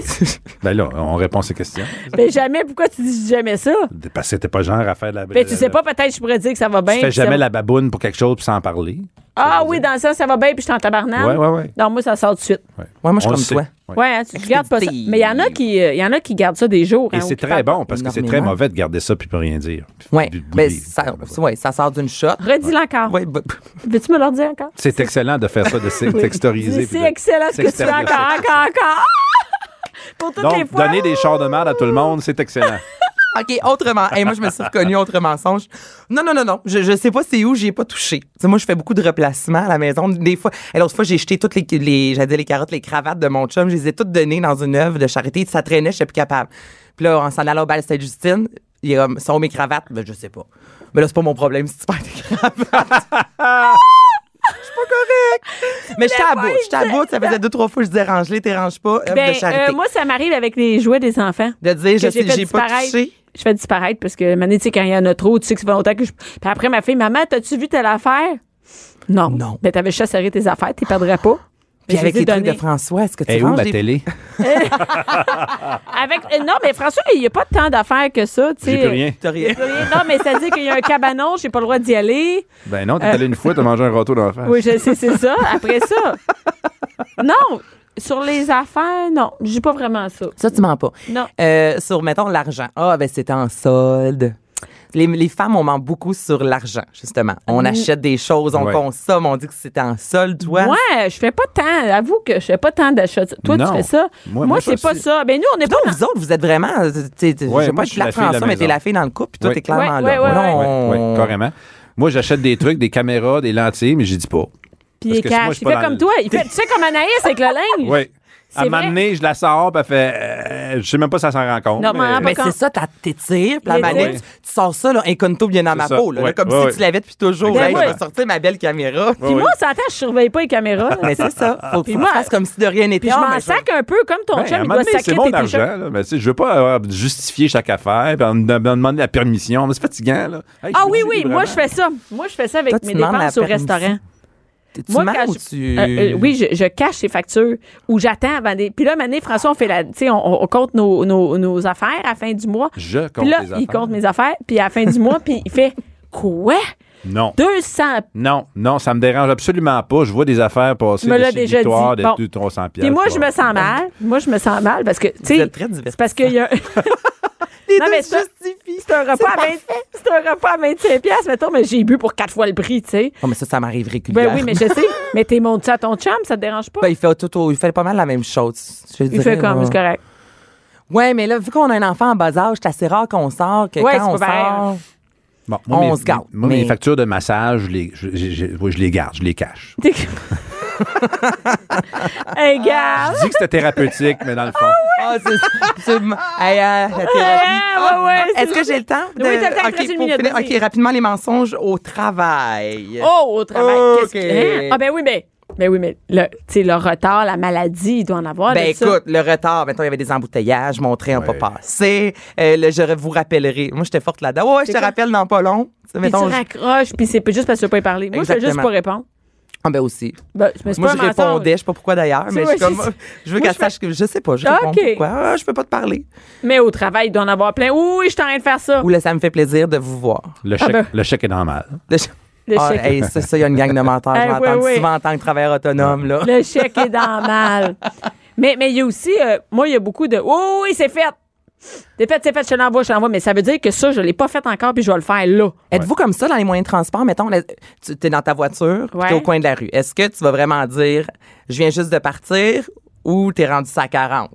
S4: Ben là, on répond à ces questions.
S3: mais jamais, pourquoi tu dis jamais ça?
S4: Parce que t'es pas genre à faire de la.
S3: Ben, tu sais pas, peut-être je pourrais dire que ça va bien.
S4: Tu fais
S3: puis ça
S4: jamais
S3: va-
S4: la baboune pour quelque chose puis sans parler.
S3: Ah oui, dans ça, ça va bien, puis je suis en tabarnak.
S4: Ouais, ouais, ouais.
S3: Non, moi, ça sort tout de suite.
S4: Ouais,
S5: Ouais, moi, je suis
S4: On
S5: comme
S4: le sait.
S5: toi.
S4: Ouais.
S3: Ouais, hein, tu tu gardes pas ça.
S5: Expéditive.
S3: Mais il y en a qui, euh, il y en a qui gardent ça des jours.
S4: Et
S3: hein, ou
S4: c'est
S3: qui
S4: très
S3: parlent
S4: bon parce que c'est
S5: Ah
S4: très
S5: énormément.
S4: mauvais de garder ça puis pas rien dire. Puis-
S5: Ouais.
S4: puis de
S5: Ben,
S4: bouder.
S5: ça, ouais, ça sort d'une shot.
S3: pas. Redis-le encore.
S5: Ouais, bah,
S3: Veux-tu me le redire encore?
S4: C'est excellent de faire ça, de se- textoriser.
S3: Dis,
S4: puis
S3: C'est
S4: de-
S3: excellent ce que tu fais
S4: s'extérioriser.
S3: encore, encore, encore. Pour toutes les
S4: Donc,
S3: fois.
S4: donner des chars de merde à tout le monde, c'est excellent.
S5: OK, autrement. Hey, moi, je me suis reconnue autre mensonge. Non, non, non, non. Je, je sais pas c'est où, j'y ai pas touché. Tu sais, moi, je fais beaucoup de replacements à la maison. Des fois, et l'autre fois, j'ai jeté toutes les, les, j'allais dire les carottes, les cravates de mon chum. Je les ai toutes données dans une œuvre de charité. Ça traînait, je plus capable. Puis là, en s'en allant au bal Sainte-Justine, il est comme, sont mes cravates? Ben, je sais pas. Mais là, c'est pas mon problème si tu perds tes cravates. Je suis pas correcte. Mais j'étais à bout, j'étais à bout. Ça faisait deux, trois fois que je disais range-les, t'es range pas. œuvre
S3: Ben,
S5: de charité.
S3: euh, moi, ça m'arrive avec les jouets des enfants.
S5: de dire, je
S3: que j'ai
S5: sais,
S3: fait
S5: j'ai pas
S3: disparaître.
S5: touché.
S3: Je fais disparaître parce que, mané, tu sais, quand il y en a trop, tu sais que ça fait longtemps que je. Puis après, ma fille, maman, t'as-tu vu telle affaire? Non.
S5: Non.
S3: Ben, t'avais chasseré tes affaires, t'y perdrais pas.
S5: Puis
S3: Mais
S5: avec
S3: je ai
S5: les trucs
S3: donné.
S5: de François, est-ce que tu
S4: Et Eh, où
S5: ranges
S4: ma
S5: des-
S4: télé?
S3: Avec, euh, non, mais François, il n'y a pas tant d'affaires que ça, tu sais.
S4: J'ai plus rien.
S5: T'as rien.
S3: Non, mais ça veut dire qu'il y a un cabanon, j'ai pas le droit d'y aller.
S4: Ben non, t'es allé une fois, t'as mangé un râteau dans la face.
S3: Euh. Oui, je sais, c'est ça. Après ça. Non, sur les affaires, non, j'ai pas vraiment ça.
S5: Ça, tu mens pas.
S3: Non.
S5: Euh, sur, mettons, l'argent. Ah, ben, c'était en solde. Les, les femmes, on ment beaucoup sur l'argent, justement.
S3: Mm.
S5: On achète des choses, on
S4: Ouais.
S5: consomme, on dit que c'était en solde, toi.
S3: Moi, je fais pas tant. Avoue que je fais pas tant d'achats. Toi,
S4: Non.
S3: tu fais ça. Moi,
S4: Moi, moi,
S3: c'est
S4: je
S3: pas
S4: suis-
S3: ça. Ben, nous, on n'est pas
S5: Non,
S3: dans-
S5: vous autres, vous êtes vraiment. euh, t'sais, t'sais,
S4: Ouais,
S5: je sais
S4: moi,
S5: pas,
S4: je
S5: je
S4: suis
S5: la
S4: la fille de la
S5: François, mais t'es
S4: maison.
S5: la fille dans le couple, puis toi,
S4: Ouais.
S5: t'es clairement
S3: Ouais,
S5: là.
S3: ouais, ouais,
S5: Non,
S4: Oui,
S5: on-
S4: oui, carrément. Moi, j'achète des trucs, des caméras, des lentilles, mais je dis pas.
S3: Puis il est
S4: Parce que moi,
S3: cash.
S4: je suis
S3: Il
S4: pas
S3: fait
S4: dans
S3: comme
S4: le-
S3: toi. Il fait, tu sais, comme Anaïs avec le linge.
S4: Oui. À
S3: C'est
S4: un moment
S3: vrai.
S4: donné, je la sors, puis elle fait. euh, je sais même pas si elle s'en rend compte.
S3: Non, mais en
S5: Mais
S3: Ah, Quand-
S5: c'est ça, t'as- t'étires, puis la
S3: Les
S5: manette,
S4: deux.
S5: tu, tu sors ça, là, incognito bien dans ma
S4: ça,
S5: peau, là, là,
S4: ouais,
S5: comme
S4: ouais,
S5: si
S4: ouais.
S5: tu l'avais depuis toujours.
S3: Ben
S5: Hey,
S3: ouais.
S5: Je vais sortir ma belle caméra.
S3: Puis moi, ça attend, je surveille pas les caméras. là.
S5: Mais c'est ça. Faut que tu
S3: moi,
S5: fasses comme si de rien n'était.
S3: Puis je
S5: Ah,
S3: m'en
S5: mais
S3: sac un peu comme ton
S4: Ben, à
S3: chum,
S4: un
S3: il
S4: moment
S3: doit
S4: donné,
S3: saquer
S4: c'est mon
S3: tes t-shirts.
S4: argent, là, mais tu sais, je veux pas avoir- justifier chaque affaire, puis en me demander la permission. mais C'est fatigant, là. Hey,
S3: Ah
S4: je vous
S3: oui,
S4: dis
S3: oui,
S4: librement.
S3: moi je fais ça. Moi je fais ça avec
S5: Toi, tu
S3: mes
S5: demandes la
S3: dépenses au
S5: permission.
S3: restaurant.
S5: Tu
S3: Moi,
S5: mens
S3: quand
S5: ou
S3: je-
S5: tu.
S3: Euh, euh, oui, je, je cache ces factures ou j'attends avant des. Puis là, Mané, François, on fait la. Tu sais, on, on compte nos, nos, nos affaires à la fin du mois.
S4: Je compte
S3: Puis là,
S4: les
S3: il
S4: affaires.
S3: compte mes affaires. Puis à la fin du mois, puis il fait Quoi?
S4: Non.
S3: 200.
S4: Non, non, ça me dérange absolument pas. Je vois des affaires passer
S3: Tu me
S4: de
S3: l'as
S4: chez
S3: déjà
S4: Victoire,
S3: dit.
S4: de
S3: Bon.
S4: 200 300
S3: Puis moi, je me sens mal. Moi, je me sens mal parce que, tu sais.
S5: êtes très divertissant.
S3: C'est parce qu'il y a.
S5: Les
S3: Non,
S5: deux
S3: mais
S5: se
S3: ça-
S5: justifient.
S3: C'est un, repas à
S5: parfait.
S3: 20 c'est un repas à 25$, piastres, mettons, mais j'ai bu pour quatre fois le prix, tu sais.
S5: Oh, mais ça, ça m'arrive
S3: Ben
S5: régulièrement.
S3: oui, mais je sais. Mais t'es monté ça à ton chum, ça te dérange pas?
S5: Ben, il fait tout, au- il fait pas mal la même chose. Je
S3: il
S5: dirais,
S3: fait comme,
S5: là.
S3: c'est correct.
S5: Ouais, mais là, vu qu'on a un enfant en bas âge, c'est assez rare qu'on sort, que
S3: Ouais, c'est
S5: quand on
S3: pas pareil. hein.
S5: sort.
S4: Bon,
S5: On
S4: mes-
S5: se gâte,
S4: Moi, mes
S5: mais-
S4: factures de massage, je les, je, je- je- oui, je les garde, je les cache.
S3: T'es- hey, gars!
S4: Je dis que c'était thérapeutique, mais dans le fond.
S5: Ah, c'est. c'est- Hey, euh, la thérapie. Ah,
S3: Ouais, ouais, ouais, c'est
S5: Est-ce que j'ai le temps?
S3: Oui, t'as le temps, il te reste
S5: Ok,
S3: une
S5: pour
S3: minute,
S5: finir-
S3: vas-y.
S5: OK, rapidement, les mensonges au travail.
S3: Oh, au travail,
S5: Ok.
S3: qu'est-ce que... Hein? Ah ben oui, mais... Ben oui, mais le, tu sais, le retard, la maladie, il doit en avoir.
S5: Ben
S3: de ça.
S5: écoute, le retard, maintenant il y avait des embouteillages, mon train n'a
S4: Ouais.
S5: pas passé. Euh, là, je vous rappellerai. Moi, j'étais forte là-dedans. Ouais, je te
S3: quoi?
S5: rappelle dans pas long. Tu sais,
S3: Puis
S5: mettons,
S3: tu
S5: je-
S3: raccroches, puis c'est pas juste parce que tu veux pas y parler. Moi, je fais juste
S5: Exactement.
S3: pas répondre.
S5: Ah, ben aussi.
S3: Ben, je me suis
S5: Moi,
S3: pas
S5: je
S3: un mensonge.
S5: répondais, je sais pas pourquoi d'ailleurs,
S3: Tu
S5: mais je,
S3: vois,
S5: suis comme,
S3: c'est-
S5: je veux
S3: Moi,
S5: qu'elle
S3: je fais-
S5: sache que je sais pas, je
S3: Ah,
S5: réponds
S3: ok.
S5: pourquoi. Ah, je peux pas te parler.
S3: Mais au travail, il doit en avoir plein. Oui, je suis en train de faire ça.
S5: Ou là, ça me fait plaisir de vous voir.
S4: Le chèque,
S3: ben.
S4: le chèque est normal.
S5: Le-
S3: Le
S5: Ah,
S3: chèque.
S5: hey, ça, ça, il y a une gang de menteurs.
S3: Hey,
S5: je m'entends
S3: ouais, ouais.
S5: souvent en tant que travailleur autonome, là.
S3: Le chèque est dans le mal. Mais mais il y a aussi, euh, moi, il y a beaucoup de. Oui, oui, c'est fait. C'est fait, c'est fait, je te l'envoie, je te l'envoie. Mais ça veut dire que ça, je l'ai pas fait encore, puis je vais le faire là.
S5: Êtes-vous comme ça dans les moyens de transport? Mettons, là, tu es dans ta voiture, puis
S3: Ouais.
S5: t'es au coin de la rue. Est-ce que tu vas vraiment dire je viens juste de partir ou t'es rendu ça à 40?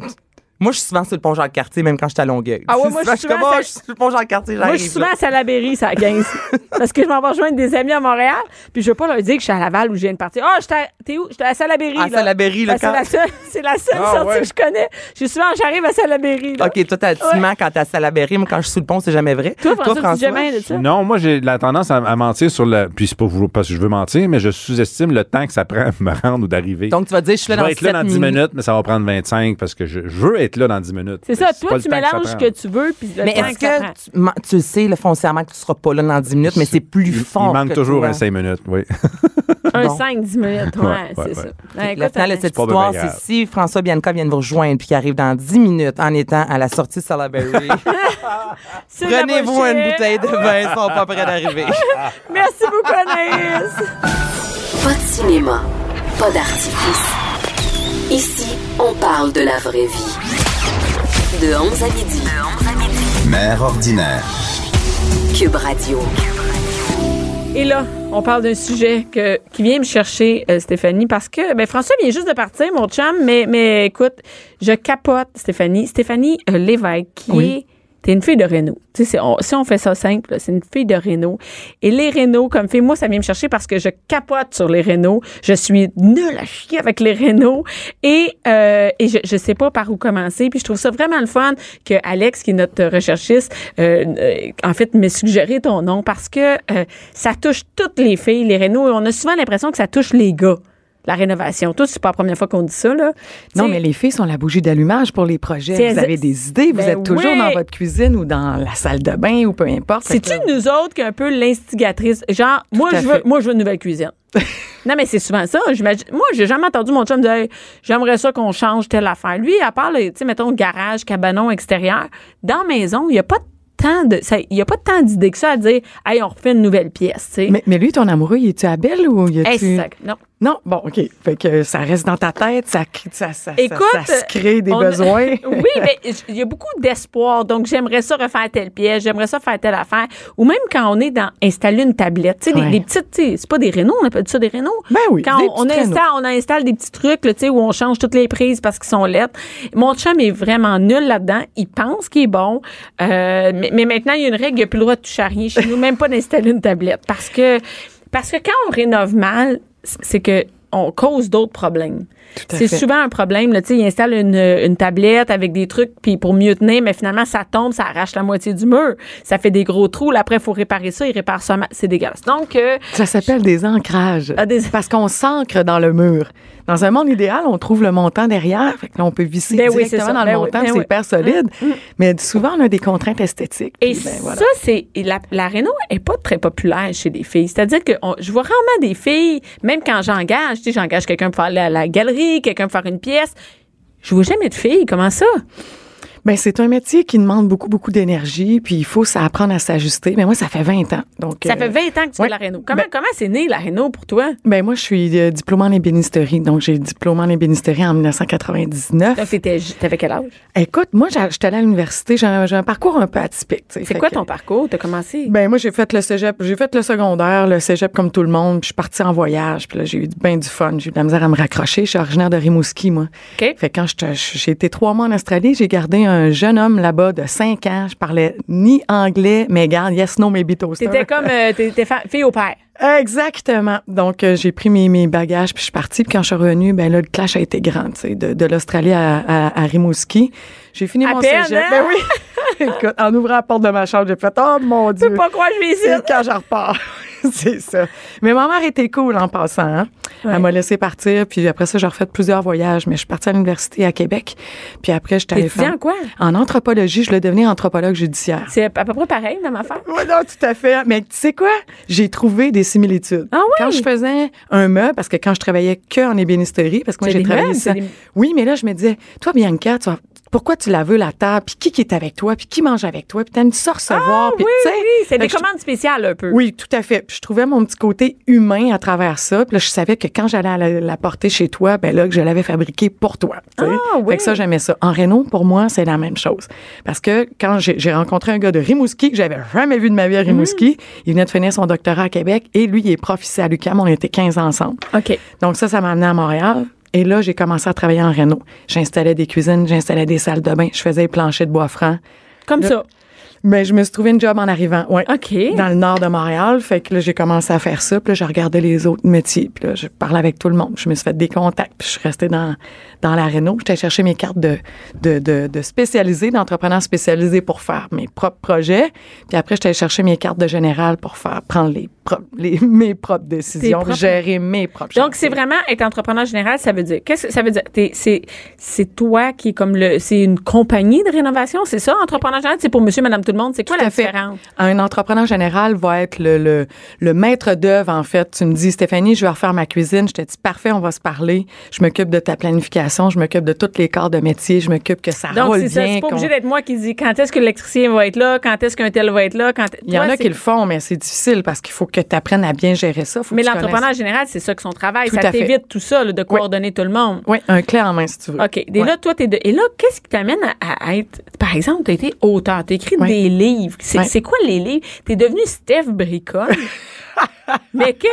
S5: Moi, je suis souvent sur le pont Jean-Cartier, même quand je suis à Longueuil.
S3: Ah ouais, moi, je suis
S5: comme,
S3: souvent
S5: Ah,
S3: à-
S5: je suis sur le pont Jean-Cartier, j'arrive.
S3: Moi, je suis souvent
S5: là.
S3: à Salaberry, ça 15. parce que je m'en vais rejoindre des amis à Montréal, puis je veux pas leur dire que je suis à Laval où j'ai une partie. Ah, j'étais à- t'es où? J'étais à Salaberry.
S5: À
S3: là.
S5: Salaberry, là,
S3: Parce que
S5: quand-
S3: C'est la seule, c'est la seule
S4: Ah,
S3: sortie
S4: ouais.
S3: que je connais. Je suis souvent, j'arrive à Salaberry. là.
S5: OK, toi, t'as tu mens quand t'es à Salaberry, moi, quand je suis sous le pont, c'est jamais vrai.
S3: Toi, François, tu dis jamais de ça?
S4: Non, moi, j'ai la tendance à, à mentir sur le. Puis c'est pas vouloir- parce que je veux mentir, mais je sous-estime le temps que ça prend à me rendre ou d'arriver.
S5: Donc, tu vas dire je suis
S4: je
S5: là dans
S4: vais être là
S5: 7
S4: dans 10 minutes, mais ça va prendre 25 parce que je, je veux être là dans 10 minutes.
S3: C'est ça,
S4: Mais pas
S3: toi,
S4: le
S3: tu
S4: temps ça
S3: mélanges ce
S4: prend.
S3: que tu veux, puis le
S5: Mais
S3: temps
S5: est-ce
S3: ça prend.
S5: que tu, man- tu le sais, le foncièrement, que tu seras pas là dans 10 minutes, mais c'est plus
S4: Il-
S5: fort.
S4: Il manque
S5: que
S4: toujours
S5: toi.
S4: un 5 minutes, oui.
S3: Un
S5: Bon.
S3: 5-10 minutes, ouais,
S4: Ouais, ouais,
S3: c'est
S4: ouais.
S3: ça.
S5: Le
S3: Ouais, écoute,
S5: final de
S3: Alain.
S5: cette
S4: pas bien
S5: histoire,
S4: grave.
S5: c'est si François Bianca vient de vous rejoindre puis qu'il arrive dans 10 minutes en étant à la sortie de Salaberry,
S3: C'est la
S5: prenez-vous
S3: prochaine.
S5: une bouteille de vin, ils sont pas prêts d'arriver.
S3: Merci beaucoup, Anaïs.
S1: Pas de cinéma, pas d'artifice. Ici, on parle de la vraie vie. De 11 à midi.
S2: Mère ordinaire.
S1: Cube Radio.
S3: Et là, on parle d'un sujet que, qui vient me chercher, euh, Stéphanie, parce que ben, François vient juste de partir, mon chum, mais, mais écoute, je capote, Stéphanie. Stéphanie euh, Lévesque, qui est. T'es une fille de Renault. Tu sais, c'est- on- si on fait ça simple, là, c'est une fille de Renault. Et les Renault, comme fille, moi, ça vient me chercher parce que je capote sur les Renault. Je suis nulle à chier avec les Renault. Et, euh, et je, je sais pas par où commencer. Puis je trouve ça vraiment le fun que Alex, qui est notre recherchiste, euh, euh, en fait, m'ait suggéré ton nom parce que euh, ça touche toutes les filles, les Renault. Et on a souvent l'impression que ça touche les gars, la rénovation. Toi, c'est pas la première fois qu'on dit ça, là.
S6: Non,
S3: Tu sais,
S6: mais les filles sont la bougie d'allumage pour les projets.
S3: C'est-
S6: Vous avez des idées, vous
S3: Ben
S6: êtes toujours
S3: oui.
S6: dans votre cuisine ou dans la salle de bain ou peu importe. Fait que
S3: C'est-tu
S6: là,
S3: nous autres qui est un peu l'instigatrice? Genre, moi
S6: à
S3: je, veux,
S6: fait.
S3: moi, je veux une nouvelle cuisine. non, mais c'est souvent ça. J'imagine- Moi, j'ai jamais entendu mon chum dire Hey, J'aimerais ça qu'on change telle affaire. Lui, à part, le, tu sais, mettons, garage, cabanon, extérieur, dans maison, il n'y a pas tant de ça- il y a pas tant d'idées que ça à dire Hey, on refait une nouvelle pièce, tu sais.
S6: mais, mais lui, ton amoureux, il est-tu à Belle ou il
S3: Hey,
S6: est-tu...
S3: sac, non.
S6: Non, bon, OK. Fait que ça reste dans ta tête, ça, cr- ça, ça, ça-
S3: Écoute,
S6: ça se crée des
S3: on-
S6: besoins.
S3: oui, mais il y a beaucoup d'espoir. Donc, j'aimerais ça refaire telle pièce, j'aimerais ça faire telle affaire. Ou même quand on est dans installer une tablette, tu sais, des-
S6: Ouais.
S3: des, petites, tu sais, c'est pas des rénaux, on appelle ça des rénaux.
S6: Ben oui,
S3: Quand
S6: des
S3: on, on
S6: petits
S3: installe, on installe des petits trucs, là, tu sais, où on change toutes les prises parce qu'ils sont lettres. Mon chum est vraiment nul là-dedans. Il pense qu'il est bon. Euh, mais, mais maintenant, il y a une règle, il n'y a plus le droit de toucher à rien chez nous, même pas d'installer une tablette. Parce que, parce que quand on rénove mal, c'est que on cause d'autres problèmes.
S5: à
S3: C'est
S5: fait.
S3: souvent un problème. Là, Tu sais, ils installent une, une tablette avec des trucs puis pour mieux tenir, mais finalement, ça tombe, ça arrache la moitié du mur. Ça fait des gros trous. Là, après, il faut réparer ça. Ils réparent ça. ma- C'est dégueulasse. Donc, euh,
S6: Ça s'appelle des ancrages.
S3: Ah, des-
S6: Parce qu'on s'ancre dans le mur. Dans un monde idéal, on trouve le montant derrière. Fait que là, on peut visser
S3: Ben oui, c'est
S6: directement
S3: ça.
S6: dans le
S3: Ben oui,
S6: montant,
S3: ben
S6: c'est
S3: oui. mm.
S6: hyper solide. Mais souvent, on a des contraintes esthétiques.
S3: Et
S6: puis ben, voilà.
S3: ça, c'est et la, la réno est pas très populaire chez les filles. C'est-à-dire que on- je vois rarement des filles, même quand j'engage, tu sais, j'engage quelqu'un pour faire la, la galerie, quelqu'un pour faire une pièce. Je vois jamais de filles. Comment ça?
S6: Ben, c'est un métier qui demande beaucoup, beaucoup d'énergie, puis il faut ça apprendre à s'ajuster. Mais moi, ça fait 20 ans. Donc,
S3: Ça
S6: euh,
S3: fait 20 ans que tu fais
S6: ouais.
S3: de la réno. Comment comment c'est né la réno pour toi?
S6: Ben moi, je suis euh, diplômée en ébénisterie. Donc, j'ai diplômé en ébénisterie en 1999.
S3: Là, t'étais- T'avais quel âge?
S6: Écoute, moi, j'a- j'étais allée à l'université. J'ai un, j'ai un parcours un peu atypique. tu sais.
S3: C'est
S6: Fait
S3: quoi
S6: que-
S3: ton parcours? T'as commencé?
S6: Ben moi, j'ai fait le cégep. J'ai fait le secondaire, le cégep comme tout le monde. Puis je suis partie en voyage. Puis là, j'ai eu bien du fun. J'ai eu de la misère à me raccrocher. Je suis originaire de Rimouski, moi.
S3: OK.
S6: Fait que quand j'étais- j'ai été trois mois en Australie, j'ai gardé un jeune homme là-bas de cinq ans. Je parlais ni anglais, mais garde, yes, no, maybe toaster.
S3: T'étais comme euh, t'étais fa- fille au père.
S6: Exactement. Donc, euh, j'ai pris mes, mes bagages, puis je suis partie. Puis quand je suis revenue, ben là, le clash a été grand, tu sais, de, de l'Australie à, à, à Rimouski. J'ai fini
S3: À
S6: mon
S3: peine,
S6: cégep.
S3: hein?
S6: Ben oui. Écoute, en ouvrant la porte de ma chambre, j'ai fait « Oh, mon
S3: Je
S6: Dieu!
S3: peux » pas croire que je vais ici.
S6: C'est quand je repars. C'est ça. Mais ma mère était cool en passant. hein.
S3: Ouais.
S6: Elle m'a laissé partir, puis après ça, j'ai refait plusieurs voyages. Mais je suis partie à l'université à Québec. Puis après, j'étais allée
S3: T'étudiais
S6: faire...
S3: en quoi?
S6: En anthropologie, je voulais devenir anthropologue judiciaire.
S3: C'est à peu près pareil, même affaire.
S6: Oui, non, tout à fait. Mais tu sais quoi? J'ai trouvé des similitudes.
S3: Ah oui?
S6: Quand je faisais un meuble, parce que quand je travaillais que en ébénisterie, parce que moi,
S3: C'est
S6: j'ai
S3: des
S6: travaillé
S3: meubles,
S6: ça.
S3: c'est des-
S6: Oui, mais là, je me disais, toi, Bianca, tu vas- pourquoi tu la veux, la table? Puis qui qui est avec toi? Puis qui mange avec toi? Puis t'aimes ça recevoir? puis
S3: Ah oui,
S6: tu sais.
S3: oui, c'est
S6: Fait
S3: des
S6: que je-
S3: commandes spéciales un peu.
S6: oui, tout à fait. Puis je trouvais mon petit côté humain à travers ça. Puis là, je savais que quand j'allais la, la porter chez toi, ben là, que je l'avais fabriquée pour toi. tu sais.
S3: Ah, oui.
S6: Fait que ça, j'aimais ça. En Renault, pour moi, c'est la même chose. Parce que quand j'ai j'ai rencontré un gars de Rimouski, que j'avais jamais vu de ma vie à
S3: Mmh.
S6: Rimouski, il venait de finir son doctorat à Québec et lui, il est prof ici à l'UQAM. On était 15 ensemble.
S3: OK.
S6: Donc ça, ça m'a amené à Montréal. Et là, j'ai commencé à travailler en Renault. J'installais des cuisines, j'installais des salles de bain, je faisais les planchers de bois franc.
S3: Comme
S6: Là-
S3: ça.
S6: Mais je me suis trouvé une job en arrivant, ouais.
S3: OK.
S6: Dans le nord de Montréal, fait que là j'ai commencé à faire ça, puis là je regardais les autres métiers, puis là je parlais avec tout le monde, je me suis fait des contacts, puis je suis restée dans dans la réno, j'étais chercher mes cartes de de de, de spécialisé, d'entrepreneur spécialisé pour faire mes propres projets, puis après j'étais chercher mes cartes de général pour faire prendre les propres les mes propres décisions,
S3: propres-
S6: gérer mes propres.
S3: Donc, c'est
S6: chantiers.
S3: vraiment être entrepreneur général, ça veut dire. Qu'est-ce que ça veut dire? T'es- c'est, c'est toi qui est comme le. C'est une compagnie de rénovation, c'est ça? Entrepreneur général, c'est pour monsieur, madame, tout le monde. C'est quoi la
S6: à fait.
S3: différence?
S6: Un entrepreneur général va être le, le, le maître d'œuvre, en fait. Tu me dis, Stéphanie, je vais refaire ma cuisine. Je te dis, parfait, on va se parler. Je m'occupe de ta planification. Je m'occupe de tous les corps de métier. Je m'occupe que ça
S3: Donc,
S6: roule
S3: c'est
S6: bien.
S3: ça. C'est pas
S6: qu'on-
S3: obligé d'être moi qui dis quand est-ce que l'électricien va être là, quand est-ce qu'un tel va être là, quand.
S6: Il y en a qui le font, mais c'est difficile parce qu'il faut que tu apprennes à bien gérer ça. Faut que
S3: Mais
S6: tu
S3: l'entrepreneur
S6: connaisses-
S3: général, c'est ça que son travail.
S6: Tout
S3: ça
S6: à fait.
S3: t'évite tout ça, là, de coordonner tout le monde.
S6: Oui, un clé en main, si tu veux.
S3: OK. Et
S6: Ouais.
S3: là, toi, t'es de. Et là, qu'est-ce qui t'amène à, à être. Par exemple, t'as été auteur, t'as écrit
S6: Ouais.
S3: des livres. C'est
S6: Ouais.
S3: c'est quoi les livres? T'es devenu Steph Bricole. mais que.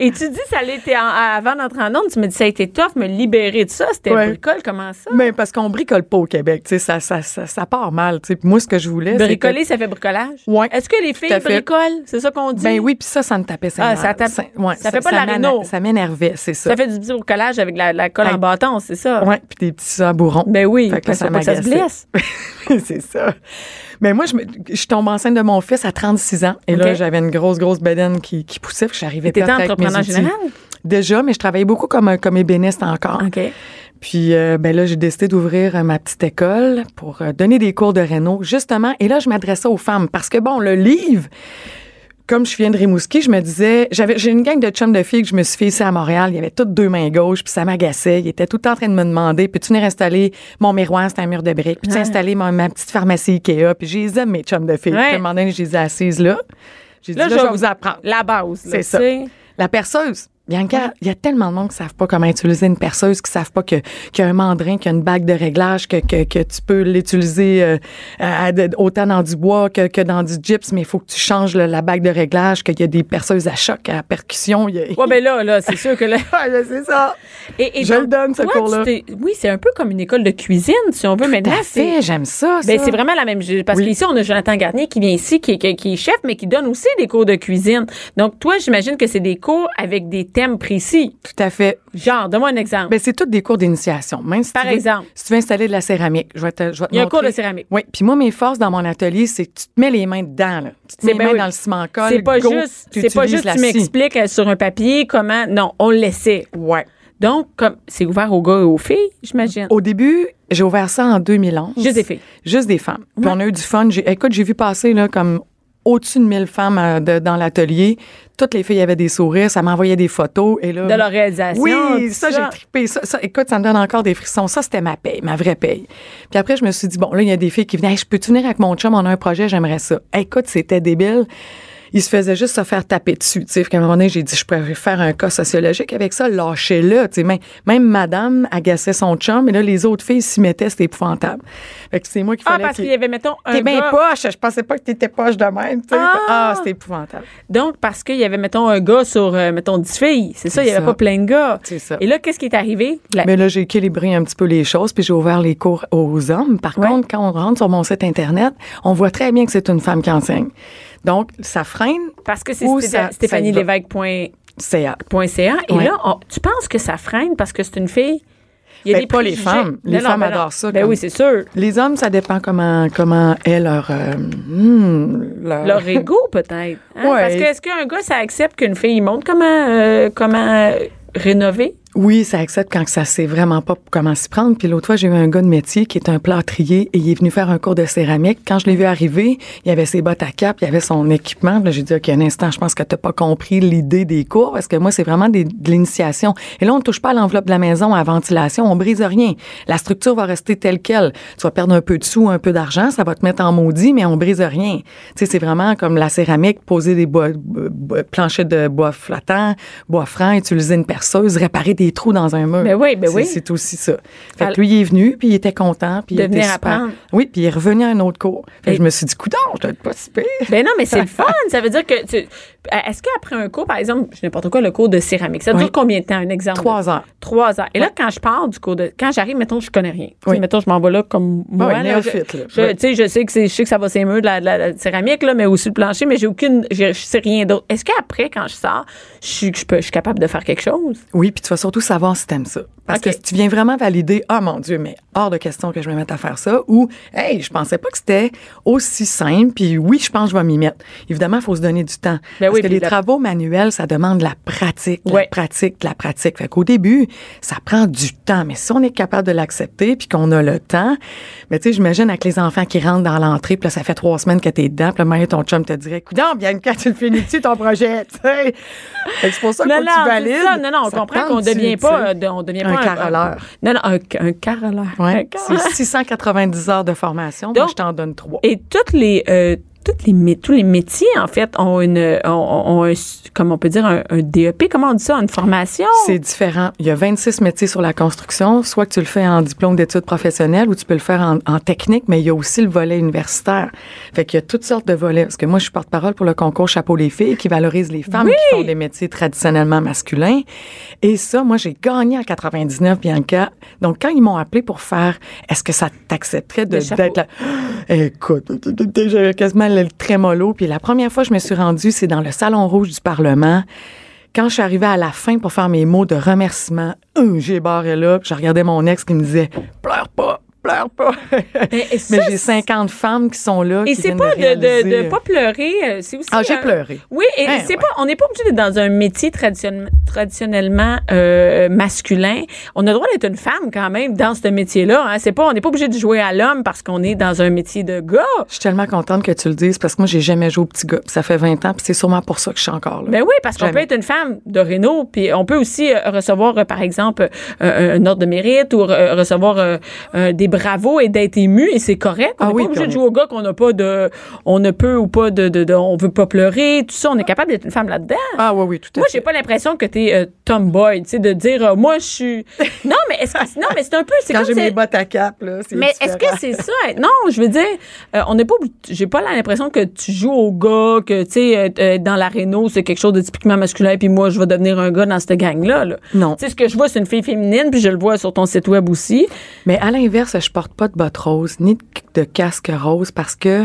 S3: Et tu dis, ça l'était en- avant d'entrer en onde, tu me dis, ça a été tough, me libérer de ça, Steph
S6: Ouais.
S3: Bricole, comment ça?
S6: Mais parce qu'on bricole pas au Québec. tu sais, Ça, ça, ça, ça part mal. tu sais. Puis Moi, ce que je voulais. c'était-
S3: Bricoler, ça fait bricolage?
S6: Ouais.
S3: Est-ce que les filles
S6: à fait.
S3: bricolent? C'est ça qu'on dit?
S6: Ben oui, puis ça, ça me tapait ça.
S3: Ah, ça tape-
S6: ouais,
S3: ça fait pas de la
S6: m'éner-
S3: réno.
S6: Ça m'énervait, c'est ça.
S3: Ça fait du petit bricolage avec la, la colle
S6: Hey.
S3: en bâton, c'est ça?
S6: Ouais, puis des petits sabourons.
S3: Ben oui,
S6: Fait que
S3: parce
S6: ça
S3: que pas que ça se blesse.
S6: m'agaçait. c'est ça. Mais moi, je, me- je tombe enceinte de mon fils à 36 ans. Et
S3: Ok.
S6: là, j'avais une grosse, grosse bedaine qui, qui poussait. Puis j'arrivais
S3: T'étais
S6: pas avec mes
S3: entrepreneur
S6: outils.
S3: général?
S6: Déjà, mais je travaillais beaucoup comme, un- comme ébéniste encore.
S3: OK.
S6: Puis euh, ben là, j'ai décidé d'ouvrir euh, ma petite école pour euh, donner des cours de réno, justement. Et là, je m'adressais aux femmes parce que, bon, le livre, comme je viens de Rimouski, je me disais, j'avais, j'ai une gang de chums de filles que je me suis fait ici à Montréal. Il y avait toutes deux mains gauches, puis ça m'agaçait. Ils étaient tout le temps en train de me demander, puis tu venir installer mon miroir, c'est un mur de briques, puis tu installer mon- ma petite pharmacie Ikea, puis je les aime, mes chums de filles.
S3: Ouais.
S6: Puis à un moment donné, je les ai assises là. J'ai dit,
S3: Là,
S6: là,
S3: je
S6: je
S3: vais
S6: vais vous apprendre.
S3: La base, là,
S6: C'est
S3: tu
S6: ça.
S3: sais.
S6: La perceuse. Bianca, il y a tellement de monde qui ne savent pas comment utiliser une perceuse, qui ne savent pas que- qu'il y a un mandrin, qu'il y a une bague de réglage, que, que, que tu peux l'utiliser euh, à- à- autant dans du bois que, que dans du gyps, mais il faut que tu changes le- la bague de réglage, qu'il y a des perceuses à choc, à percussion. il y a-
S3: Ouais, ben là, là, c'est sûr que là.
S6: Ouais, ben, c'est ça.
S3: Et, et
S6: Je
S3: donc,
S6: le donne, ce
S3: toi, tu
S6: cours-là.
S3: t'es- Oui, c'est un peu comme une école de cuisine, si on veut.
S6: Tout
S3: Maintenant,
S6: à fait, j'aime ça.
S3: Ben,
S6: ça.
S3: c'est vraiment la même parce
S6: Oui.
S3: qu'ici on a Jonathan Garnier qui vient ici qui, est- qui est- qui est chef mais qui donne aussi des cours de cuisine. Donc toi, j'imagine que c'est des cours avec des thèmes précis.
S6: Tout à fait.
S3: Genre, donne-moi un exemple.
S6: Ben, c'est toutes des cours d'initiation. Même si
S3: Par
S6: tu veux-
S3: exemple.
S6: Si tu veux installer de la céramique, je vais te, je vais te
S3: Il y a un cours
S6: montrer.
S3: de céramique.
S6: Oui. Puis moi, mes forces dans mon atelier, c'est que tu te mets les mains dedans. Là. Tu te
S3: C'est
S6: mets les
S3: ben
S6: mains
S3: oui.
S6: dans le ciment colle.
S3: c'est pas
S6: go,
S3: juste, c'est pas
S6: t'utilises
S3: juste
S6: la
S3: tu
S6: scie.
S3: m'expliques euh, sur un papier comment. Non, on le laissait.
S6: Ouais.
S3: Donc, comme c'est ouvert aux gars et aux filles, j'imagine.
S6: Au début, j'ai ouvert ça en 2011.
S3: Juste des filles.
S6: Juste des femmes. Puis on a eu du fun. J'ai- écoute, j'ai vu passer là, comme au-dessus de 1000 femmes euh, de- dans l'atelier. Toutes les filles avaient des sourires, ça m'envoyait des photos. Et là,
S3: De leur réalisation,
S6: Oui,
S3: tout ça.
S6: ça, j'ai trippé. Ça, ça, écoute, ça me donne encore des frissons. Ça, c'était ma paye, ma vraie paye. Puis après, je me suis dit, bon, là, il y a des filles qui venaient, Hey, je peux tu venir avec mon chum, on a un projet, j'aimerais ça. Écoute, c'était débile. Il se faisait juste se faire taper dessus. Tu sais, Fait qu'à un moment donné, j'ai dit, je pourrais faire un cas sociologique avec ça, lâchez-le. Tu sais, Même, même madame agaçait son chum, mais là, les autres filles s'y mettaient, c'était épouvantable. Fait que c'est moi qui
S3: Ah,
S6: fallait
S3: parce
S6: qu'il-
S3: qu'il y avait, mettons, un
S6: T'es bien
S3: gars.
S6: poche, je pensais pas que t'étais poche de même. tu sais. Fait-
S3: Ah!
S6: Ah, c'était épouvantable.
S3: Donc, parce qu'il y avait, mettons, un gars sur, euh, mettons, 10 filles. C'est ça, il
S6: C'est
S3: n'y avait
S6: ça.
S3: pas plein de gars.
S6: C'est ça.
S3: Et là, qu'est-ce qui est arrivé? Ben, La-
S6: Mais là, j'ai équilibré un petit peu les choses, puis j'ai ouvert les cours aux hommes. Par
S3: Ouais.
S6: contre, quand on rentre sur mon site Internet, on voit très bien que c'est une femme qui enseigne. Donc, ça freine
S3: parce que c'est
S6: Où
S3: Sté-
S6: ça-
S3: Stéphanie
S6: ça y va.
S3: Lévesque point-
S6: CA.
S3: point .ca. Et
S6: Ouais.
S3: là, on- tu penses que ça freine parce que c'est une fille? Il
S6: Ben, pas les femmes. Les femmes adorent ça,
S3: Ben
S6: comme-
S3: oui, c'est sûr.
S6: Les hommes, ça dépend comment, comment est leur, euh, hmm, leur...
S3: Leur ego, peut-être. hein?
S6: Ouais.
S3: Parce que est-ce qu'un gars, ça accepte qu'une fille montre comment, euh, comment euh, rénover?
S6: Oui, ça accepte quand que ça sait vraiment pas comment s'y prendre. Puis l'autre fois, j'ai eu un gars de métier qui est un plâtrier et il est venu faire un cours de céramique. Quand je l'ai vu arriver, il avait ses bottes à cap, il avait son équipement. Puis là, j'ai dit, OK, un instant, je pense que t'as pas compris l'idée des cours parce que moi, c'est vraiment des- de l'initiation. Et là, on ne touche pas à l'enveloppe de la maison, à la ventilation, on brise rien. La structure va rester telle quelle. Tu vas perdre un peu de sous, un peu d'argent, ça va te mettre en maudit, mais on brise rien. Tu sais, c'est vraiment comme la céramique, poser des bois, euh, bois- planchers de bois flottant, bois franc, utiliser une perceuse, réparer des trous dans un mur.
S3: Ben oui, ben
S6: C'est-
S3: oui.
S6: C'est aussi ça. Fait
S3: Alors-
S6: que lui, il est venu, puis il était content, puis
S3: De
S6: il était
S3: venir
S6: super.
S3: apprendre.
S6: Oui, puis il est revenu à un autre cours. Fait que
S3: Et-
S6: je me suis dit, coudon, je dois être pas si pire.
S3: Ben non, mais c'est le fun. Ça veut dire que tu. euh, Est-ce qu'après un cours, par exemple, je sais n'importe quoi, le cours de céramique, ça dure
S6: Oui.
S3: combien de temps, un exemple?
S6: Trois heures.
S3: Trois heures. Et là, quand je pars du cours de. Quand j'arrive, mettons, je connais rien. Tu sais,
S6: Oui.
S3: Mettons, je m'en vais là comme moi.
S6: ouais,
S3: là, je,
S6: néophyte, là.
S3: je-
S6: Ouais.
S3: tu sais, je sais que c'est, je sais que ça va s'aimer de la, de la- de la céramique, là, mais aussi le plancher, mais j'ai aucune. Je, je sais rien d'autre. Est-ce qu'après, quand je sors, je, suis- je peux, je suis capable de faire quelque chose?
S6: Oui, puis tu vas surtout savoir si t'aimes ça. Parce
S3: OK.
S6: que si tu viens vraiment valider, ah mon Dieu, mais hors de question que je me mette à faire ça, ou hey, je pensais pas que c'était aussi simple, puis oui, je pense que je vais m'y mettre. Évidemment, il faut se donner du temps.
S3: Ben
S6: parce
S3: oui,
S6: que
S3: puis
S6: les
S3: la-
S6: travaux manuels, ça demande de la pratique, de
S3: Ouais.
S6: la pratique, de la pratique. Fait qu'au début, ça prend du temps, mais si on est capable de l'accepter, puis qu'on a le temps, mais tu sais, j'imagine avec les enfants qui rentrent dans l'entrée, puis là, ça fait trois semaines que t'es dedans, puis là, maintenant, ton chum te dirait, coudon, bien quand tu le finis-tu ton projet, tu sais. Fait que c'est pour ça
S3: Non,
S6: faut que tu
S3: non, c'est
S6: valides.
S3: ça. non, non, on
S6: Ça
S3: comprend
S6: tente
S3: qu'on
S6: du-
S3: devient
S6: tu
S3: pas,
S6: sais.
S3: euh, de- on devient
S6: Un
S3: pas
S6: caroleur.
S3: Non, non, un, un caroleur. Un
S6: Ouais,
S3: caroleur.
S6: c'est 690 heures de formation.
S3: Donc-
S6: moi, je t'en donne trois.
S3: Et toutes les, euh, toutes les, mé- tous les métiers, en fait, ont une, euh, ont, ont un, s- comme on peut dire, un, un DEP, comment on dit ça, une formation?
S6: C'est différent. Il y a 26 métiers sur la construction. Soit que tu le fais en diplôme d'études professionnelles ou tu peux le faire en, en technique, mais il y a aussi le volet universitaire. Fait qu'il y a toutes sortes de volets. Parce que moi, je suis porte-parole pour le concours Chapeau les filles qui valorise les femmes qui font des métiers traditionnellement masculins. Et ça, moi, j'ai gagné en 99, Bianca. Donc, quand ils m'ont appelé pour faire, est-ce que ça t'accepterait de,
S3: Le chapeau.
S6: d'être là? Écoute, j'avais quasiment le trémolo. Puis la première fois que je me suis rendue, c'est dans le Salon Rouge du Parlement. Quand je suis arrivée à la fin pour faire mes mots de remerciement, euh, j'ai barré là, puis je regardais mon ex qui me disait Pleure pas, pleure pas.
S3: Mais, et ça,
S6: Mais j'ai 50 femmes qui sont là.
S3: Et
S6: qui
S3: c'est
S6: viennent
S3: pas de, de,
S6: réaliser,
S3: de
S6: euh,
S3: pas pleurer, euh, c'est aussi.
S6: Ah, j'ai
S3: euh,
S6: pleuré.
S3: Oui, et
S6: Hein,
S3: c'est
S6: ouais.
S3: pas, on n'est pas obligé d'être dans un métier traditionne- traditionnellement euh, masculin. On a le droit d'être une femme quand même dans ce métier-là. Hein. C'est pas, on n'est pas obligé de jouer à l'homme parce qu'on est dans un métier de gars.
S6: Je suis tellement contente que tu le dises parce que moi, j'ai jamais joué au petit gars. Puis ça fait 20 ans, puis c'est sûrement pour ça que je suis encore là.
S3: Ben oui, parce qu'on peut
S6: Jamais.
S3: être une femme de Renault, puis on peut aussi euh, recevoir, euh, par exemple, euh, un ordre de mérite ou euh, recevoir euh, euh, des bravos et d'être ému, et c'est correct. On
S6: Ah
S3: n'est
S6: oui,
S3: pas obligé de
S6: puis on est-
S3: jouer au gars qu'on n'a pas de, on ne peut ou pas de, de, de- on veut pas pleurer, tout ça. On est capable d'être une femme là-dedans.
S6: Ah, oui, oui, tout à
S3: Moi,
S6: fait.
S3: j'ai pas l'impression que t'es euh, tomboy, tu sais, de dire euh, moi je suis. Non, mais est-ce que non, mais c'est un peu, c'est
S6: Quand
S3: comme
S6: j'ai
S3: c'est-
S6: mes bottes à cap, là, c'est
S3: mais est-ce que
S6: différent.
S3: c'est ça? être- Non, je veux dire, euh, on n'est pas. obli- J'ai pas l'impression que tu joues au gars, que tu sais, euh, euh, dans la réno, c'est quelque chose de typiquement masculin, puis moi, je vais devenir un gars dans cette gang-là. là.
S6: Non.
S3: Tu sais, ce que je vois, c'est une fille féminine, puis je le vois sur ton site web aussi.
S6: Mais à l'inverse, je porte pas de bottes roses ni de de casque rose parce que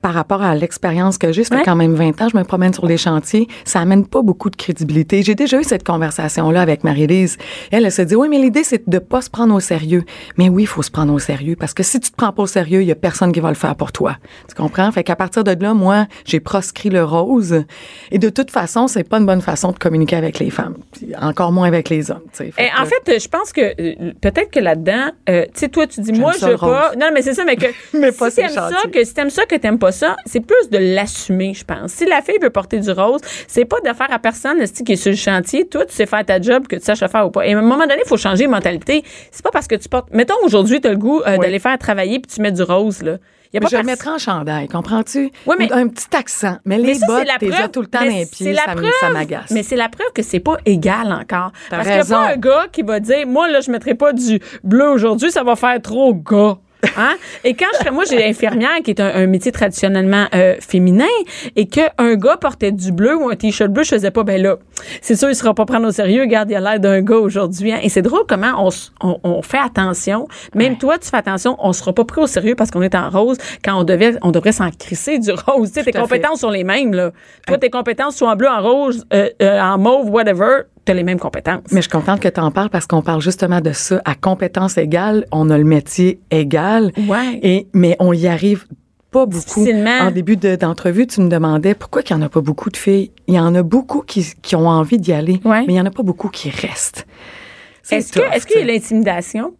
S6: par rapport à l'expérience que j'ai. Ça fait
S3: Ouais.
S6: quand même 20 ans, je me promène sur les chantiers. Ça amène pas beaucoup de crédibilité. J'ai déjà eu cette conversation-là avec Marie-Lise. Elle, elle se dit, oui, mais l'idée, c'est de pas se prendre au sérieux. Mais oui, il faut se prendre au sérieux parce que si tu te prends pas au sérieux, il y a personne qui va le faire pour toi. Tu comprends? Fait qu'à partir de là, moi, j'ai proscrit le rose. Et de toute façon, c'est pas une bonne façon de communiquer avec les femmes. Puis encore moins avec les hommes. tu sais. Fait
S3: Eh, en
S6: que-
S3: fait, euh, je pense que euh, peut-être que là-dedans, euh, tu sais, toi, tu dis, moi, je
S6: ça,
S3: veux
S6: le rose.
S3: pas. Non, mais c'est ça, mais que
S6: Mais pas
S3: si
S6: sur
S3: t'aimes
S6: le
S3: ça,
S6: chantier.
S3: que si t'aimes ça, que t'aimes pas ça, c'est plus de l'assumer, je pense. Si la fille veut porter du rose, c'est pas d'affaire à personne esti, qui est sur le chantier. Toi, tu sais faire ta job, que tu saches le faire ou pas. Et à un moment donné, il faut changer de mentalité. C'est pas parce que tu portes. Mettons, aujourd'hui, t'as le goût euh, d'aller faire travailler puis tu mets du rose, là. Y a
S6: Je
S3: pas
S6: le
S3: pers-
S6: mettrais en chandail, comprends-tu?
S3: Oui, mais-
S6: Ou Un petit accent. Mais les
S3: mais ça,
S6: bottes,
S3: c'est la
S6: t'es
S3: preuve.
S6: tout le temps
S3: mais
S6: dans les
S3: c'est
S6: pieds,
S3: la
S6: ça me-
S3: preuve.
S6: ça m'agace.
S3: Mais c'est la preuve que c'est pas égal encore. Parce qu'il n'y a
S6: raison.
S3: pas un gars qui va dire Moi, là, je mettrai pas du bleu aujourd'hui, ça va faire trop gars. Hein? Et quand je serais- moi, j'ai l'infirmière qui est un, un métier traditionnellement euh, féminin et qu'un gars portait du bleu ou un t-shirt bleu, je faisais pas, ben là, c'est sûr, il sera pas prendre au sérieux, regarde, il a l'air d'un gars aujourd'hui. hein. Et c'est drôle comment on, s- on- on fait attention. Même toi, tu fais attention, on sera pas pris au sérieux parce qu'on est en rose quand on devait, on devrait s'en crisser du rose. Tu sais, tes
S6: à fait.
S3: compétences sont les mêmes, là. Toi, tes compétences sont en bleu, en rose, euh, euh, en mauve, whatever, t'as les mêmes compétences.
S6: Mais je suis contente que tu en parles parce qu'on parle justement de ça. À compétences égales, on a le métier égal.
S3: Ouais.
S6: Et, mais on y arrive pas beaucoup.
S3: Difficilement.
S6: En début de- d'entrevue, tu me demandais pourquoi il n'y en a pas beaucoup de filles. Il y en a beaucoup qui, qui ont envie d'y aller,
S3: Ouais.
S6: mais il n'y en a pas beaucoup qui restent. C'est
S3: Est-ce que,
S6: tough,
S3: est-ce qu'il y a
S6: tu
S3: de
S6: sais.
S3: l'intimidation?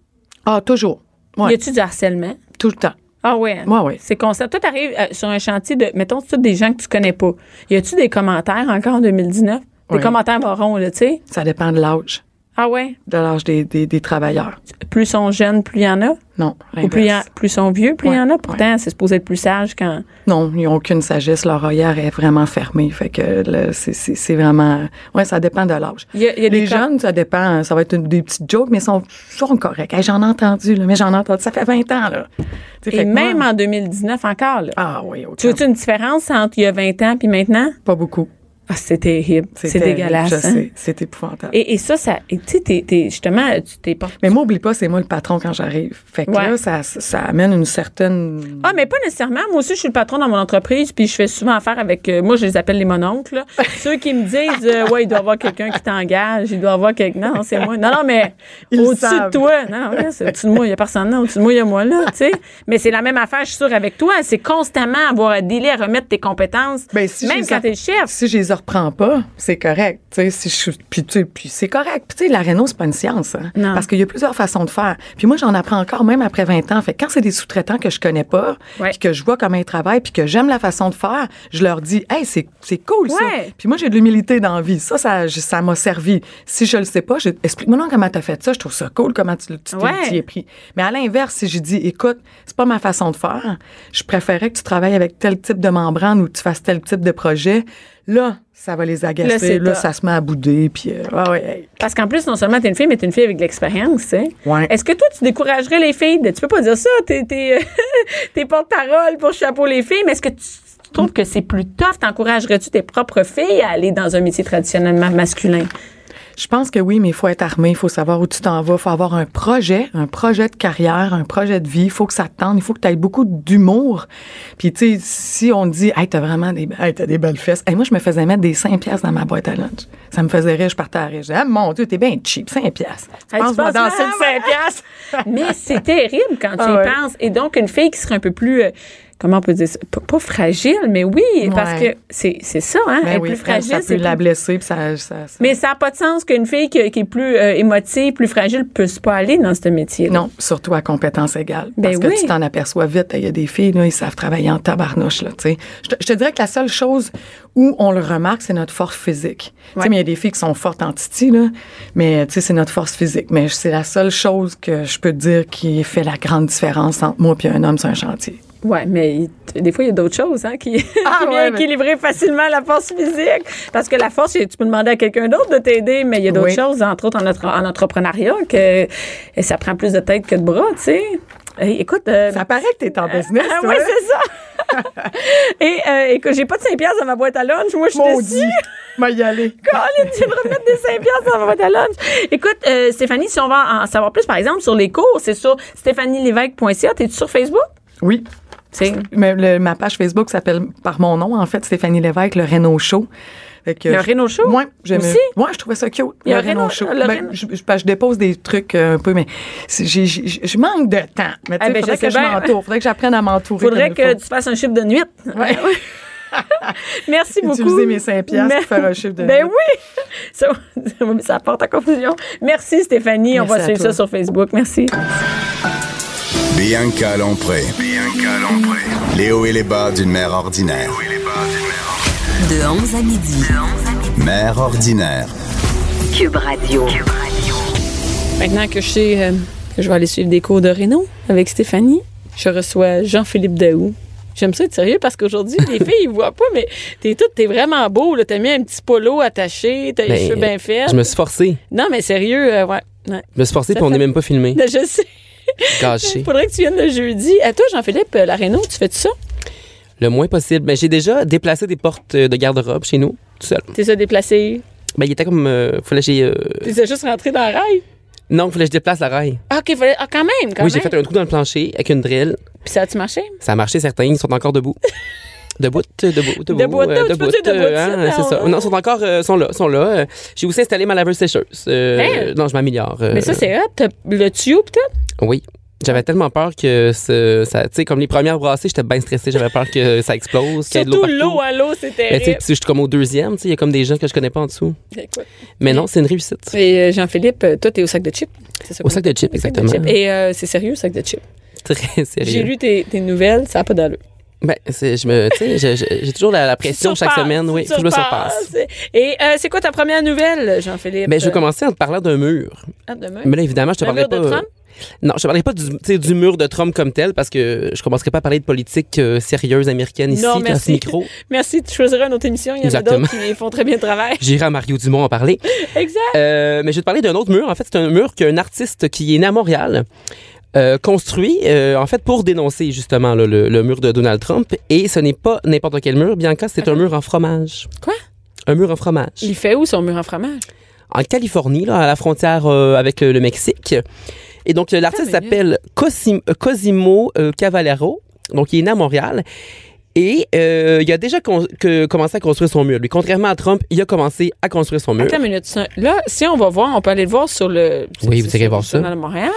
S6: Ah, toujours. Ouais,
S3: Y a-tu du harcèlement?
S6: tout le temps.
S3: Ah ouais. hein?
S6: Ouais, ouais.
S3: C'est constant. Toi, t'arrives euh, sur un chantier de, mettons, c'est tous des gens que tu connais pas. Y a-tu des commentaires encore en 2019? Des
S6: Ouais.
S3: commentaires marrons, là, tu sais?
S6: Ça dépend de l'âge,
S3: Ah ouais.
S6: de l'âge des, des, des travailleurs.
S3: Plus ils sont jeunes, plus il y en a.
S6: Non,
S3: Ou plus, il y en-
S6: l'inverse.
S3: plus ils sont vieux, plus il y en
S6: Ouais,
S3: a. Pourtant, c'est supposé être plus sage quand.
S6: Non, ils n'ont aucune sagesse. Leur regard est vraiment fermé. Fait que là, c'est- c'est c'est vraiment. Ouais, ça dépend de l'âge.
S3: Il y a- il y a des
S6: les
S3: cas-
S6: jeunes, ça dépend. hein. Ça va être une- des petites jokes, mais ils sont, sont corrects. Hey, j'en ai entendu, là, mais j'en ai entendu. Ça fait 20 ans, là. Tu sais,
S3: Et
S6: fait que
S3: même
S6: moi-
S3: en 2019 encore, là.
S6: Ah oui, OK.
S3: Tu vois-tu une différence entre il y a 20 ans puis maintenant?
S6: Pas beaucoup.
S3: Ah, c'est terrible. C'est
S6: terrible,
S3: dégueulasse.
S6: Je
S3: hein?
S6: sais. C'est épouvantable.
S3: Et, et ça, ça. et Tu sais, t'es- t'es- justement, tu t'es pas.
S6: Mais moi, oublie pas, c'est moi le patron quand j'arrive. Fait que
S3: Ouais.
S6: là, ça, ça amène une certaine.
S3: Ah, mais pas nécessairement. Moi aussi, je suis le patron dans mon entreprise, puis je fais souvent affaire avec. euh, moi, je les appelle les mononcles. là. Ceux qui me disent, euh, ouais, il doit y avoir quelqu'un qui t'engage, il doit y avoir quelqu'un. Non, non, c'est moi. Non, non, mais
S6: Ils
S3: au-dessus de
S6: savent.
S3: toi. Non, non, regarde, c'est au-dessus de moi, il n'y a personne. là. Au-dessus de moi, il y a moi, là. Tu sais. Mais c'est la même affaire, je suis sûre, avec toi. C'est constamment avoir à délai à remettre tes compétences,
S6: Ben, si je
S3: même
S6: les
S3: quand
S6: a-
S3: t'es le chef.
S6: Si je les reprends pas, c'est correct. Tu sais, si je suis- puis, tu sais, puis c'est correct. Puis tu sais, la réno, c'est pas une science. hein.
S3: Non.
S6: Parce qu'il y a plusieurs façons de faire. Puis moi, j'en apprends encore, même après 20 ans. Fait que quand c'est des sous-traitants que je connais pas,
S3: Ouais.
S6: puis que je vois comment ils travaillent, puis que j'aime la façon de faire, je leur dis, hey, c'est, c'est cool ça.
S3: Ouais.
S6: Puis moi, j'ai de l'humilité dans la vie. Ça, ça, je- ça m'a servi. Si je le sais pas, je- explique-moi donc comment t'as fait ça. Je trouve ça cool, comment tu, tu t'es-
S3: Ouais.
S6: tu y es pris. Mais à l'inverse, si j'ai dit, écoute, c'est pas ma façon de faire, je préférais que tu travailles avec tel type de membrane ou que tu fasses tel type de projet, là, ça va les
S3: Là, c'est
S6: agacer. Là,
S3: top.
S6: ça se met à bouder. Puis, euh, ah ouais, hey.
S3: Parce qu'en plus, non seulement t'es une fille, mais t'es une fille avec de l'expérience, tu sais.
S6: Ouais.
S3: Est-ce que toi, tu découragerais les filles? de- tu peux pas dire ça, t'es, t'es, t'es porte-parole pour chapeau les filles, mais est-ce que tu, tu trouves que c'est plus tough? T'encouragerais-tu tes propres filles à aller dans un métier traditionnellement masculin?
S6: Je pense que oui, mais il faut être armé, il faut savoir où tu t'en vas, il faut avoir un projet, un projet de carrière, un projet de vie, il faut que ça te tente, il faut que tu aies beaucoup d'humour. Puis tu sais, si on te dit « Hey, t'as vraiment des, be- hey, t'as des belles fesses hey, » moi, je me faisais mettre des 5 piastres dans ma boîte à lunch. Ça me faisait rire, je partais à rire. Je disais « Ah, mon Dieu, t'es bien cheap, 5 piastres. Tu
S3: Hey, tu
S6: penses que je vais
S3: penses-
S6: danser le 5 piastres?
S3: Mais c'est terrible quand tu
S6: Ah
S3: y
S6: ouais.
S3: penses. Et donc, une fille qui serait un peu plus, euh, comment on peut dire ça? P- Pas, fragile, mais oui, parce que
S6: Ouais.
S3: c'est, c'est ça, hein?
S6: Ben
S3: être
S6: oui,
S3: plus
S6: frère,
S3: fragile,
S6: ça
S3: c'est
S6: peut
S3: plus-
S6: la blesser, puis ça... ça, ça-
S3: Mais ça n'a pas de sens qu'une fille qui, qui est plus euh, émotive, plus fragile, puisse pas aller dans ce métier.
S6: Non, surtout à compétence égale.
S3: Ben
S6: Parce que
S3: oui.
S6: tu t'en aperçois vite. hein, Il y a des filles, là, ils savent travailler en tabarnouche. Là, tu sais. je, te, je te dirais que la seule chose où on le remarque, c'est notre force physique. Tu sais, Mais il y a des filles qui sont fortes en titi, là, mais tu sais, c'est notre force physique. Mais c'est la seule chose que je peux te dire qui fait la grande différence entre moi et un homme sur un chantier.
S3: Ouais, mais il- t- des fois, il y a d'autres choses hein, qui,
S6: Ah,
S3: qui
S6: ouais,
S3: viennent
S6: mais-
S3: équilibrer facilement la force physique. Parce que la force, tu peux demander à quelqu'un d'autre de t'aider, mais il y a d'autres
S6: Oui.
S3: choses, entre autres en, entre- en entrepreneuriat, que et ça prend plus de tête que de bras, tu sais. Hey, écoute. euh,
S6: Ça paraît que t'es en business,
S3: ah,
S6: toi.
S3: oui,
S6: hein?
S3: c'est ça. Et euh, écoute, j'ai pas de 5 piastres dans ma boîte à lunch. Moi, je suis
S6: Maudit.
S3: déçue.
S6: Moi, y aller.
S3: Colin, tu me remettre des 5 piastres dans ma boîte à lunch. Écoute, euh, Stéphanie, si on va en savoir plus, par exemple, sur les cours, c'est sur stéphanielevesque.ca. T'es-tu sur Facebook?
S6: Oui.
S7: sais.
S6: Mais le- ma page Facebook s'appelle par mon nom, en fait, Stéphanie Lévesque, le Renault Show. Fait que
S7: Il y a un
S6: je-
S7: Renault Show?
S6: Ouais, j'aime-
S7: Aussi?
S6: Ouais, je trouvais ça cute.
S7: Il y a
S6: le
S7: un Renault-
S6: Show.
S7: le
S6: Ben,
S7: Renault-
S6: je, je- parce que je dépose des trucs euh, un peu, mais c'est- j'ai- j'ai- j'ai- je manque de temps. Mais tu
S7: Ah,
S6: sais,
S7: ben,
S6: faudrait
S7: je sais
S6: que je
S7: bien.
S6: m'entoure. Faudrait que j'apprenne à m'entourer.
S7: Faudrait
S6: comme il
S7: que
S6: faut.
S7: tu fasses un chiffre de nuit.
S6: Ouais.
S7: Merci beaucoup.
S6: Utiliser mes cinq piastres pour faire un chiffre de
S7: Ben
S6: nuit.
S7: oui! Ça, ça apporte à confusion. Merci Stéphanie. On va
S6: Merci à
S7: suivre
S6: toi.
S7: ça sur Facebook. Merci.
S2: Bianca Lompré. Bianca Lompré. Les hauts et les bas d'une mère ordinaire.
S8: De 11 à midi.
S2: Mère ordinaire.
S8: Cube Radio.
S3: Maintenant que je sais euh, que je vais aller suivre des cours de Renault avec Stéphanie, je reçois Jean-Philippe Daou. J'aime ça être sérieux parce qu'aujourd'hui, les filles, ils voient pas, mais t'es tout, t'es vraiment beau. là. T'as mis un petit polo attaché, t'as les
S9: Ben,
S3: cheveux bien faits.
S9: Je me suis forcé.
S3: Non, mais sérieux, euh, ouais. ouais.
S9: Je me suis forcé,
S3: Ça
S9: puis on
S3: fait-
S9: n'est même pas filmé.
S3: Je sais.
S9: Gâché.
S3: Faudrait que tu viennes le jeudi. À toi, Jean-Philippe, euh, la Renault, tu fais tout ça?
S9: Le moins possible. Mais j'ai déjà déplacé des portes euh, de garde-robe chez nous, tout seul.
S3: T'es ça déplacé?
S9: Ben, il était comme. euh, fallait que j'ai. euh,
S3: T'es juste rentré dans le rail?
S9: Non, fallait que je déplace la rail.
S3: Ah, OK, fallait... ah, quand même, quand
S9: oui, j'ai
S3: même.
S9: fait un trou dans le plancher avec une drill.
S3: Puis ça a-tu marché?
S9: Ça a marché, certains. Ils sont encore debout. Debout, euh, debout, debout.
S3: Debout,
S9: euh,
S3: non, tu peux
S9: debout,
S3: dire debout,
S9: euh, hein,
S3: c'est
S9: c'est
S3: ça,
S9: ça.
S3: on-
S9: Non, ils sont encore. euh, sont là, sont là. Euh, J'ai aussi installé ma laveuse sécheuse. Euh,
S3: Hein?
S9: Non, je m'améliore. euh,
S3: Mais ça, c'est hot. T'as le tuyau, pis tout?
S9: Oui. J'avais tellement peur que ce- ça. Tu sais, comme les premières brassées, j'étais bien stressée. J'avais peur que ça explose. qu'il y ait de
S3: Surtout
S9: partout. Ben,
S3: l'eau à l'eau, c'est
S9: Mais tu sais,
S3: terrible.
S9: je suis comme au deuxième, tu sais, il y a comme des gens que je connais pas en dessous.
S3: Écoute.
S9: Mais non, c'est une réussite.
S3: Et euh, Jean-Philippe, euh, toi, t'es au sac de chips. C'est ça qu'on
S9: Au sac
S3: dit?
S9: de chips,
S3: Au sac de
S9: exactement.
S3: chips. Et euh, c'est sérieux, au sac de chips.
S9: Très sérieux.
S3: J'ai lu tes, tes nouvelles, ça n'a pas d'allure.
S9: Ben, c'est, je me, tu sais, je- je- j'ai toujours la, la pression
S3: Tu te
S9: chaque
S3: surpasses,
S9: semaine, oui,
S3: tu
S9: faut que je me
S3: te
S9: surpasse.
S3: surpasses. Et euh, c'est quoi ta première nouvelle, Jean-Philippe?
S9: Ben, je vais commencer en te parlant d'un mur.
S3: Ah, demain.
S9: Mais là, évidemment, je te
S3: Un
S9: parlerai
S3: mur de
S9: pas.
S3: Trump?
S9: Non, je te parlerai pas du, tu sais, du mur de Trump comme tel, parce que je commencerai pas à parler de politique euh, sérieuse américaine ici,
S3: Non,
S9: dans
S3: merci.
S9: ce micro.
S3: Merci, tu choisiras une autre émission. Il y en a
S9: Exactement.
S3: d'autres qui font très bien le travail.
S9: J'irai à Mario Dumont en parler.
S3: exact.
S9: Euh, mais je vais te parler d'un autre mur. En fait, c'est un mur qu'un artiste qui est né à Montréal euh, construit, euh, en fait, pour dénoncer justement là, le, le mur de Donald Trump. Et ce n'est pas n'importe quel mur, Bianca, c'est un mur en fromage.
S3: Quoi?
S9: Un mur en fromage.
S3: Il fait où son mur en fromage?
S9: En Californie, là, à la frontière euh, avec le, le Mexique. Et donc, euh, l'artiste
S3: Attends une
S9: s'appelle Cosim- euh, Cosimo euh, Cavallero. Donc, il est né à Montréal. Et euh, il a déjà con- que- commencé à construire son mur. Lui, contrairement à Trump, il a commencé à construire son mur.
S3: Attends une minute. c'est un- Là, si on va voir, on peut aller le voir sur le.
S9: Oui,
S3: sur-
S9: vous irez
S3: sur-
S9: voir
S3: sur
S9: ça.
S3: le Journal de Montréal.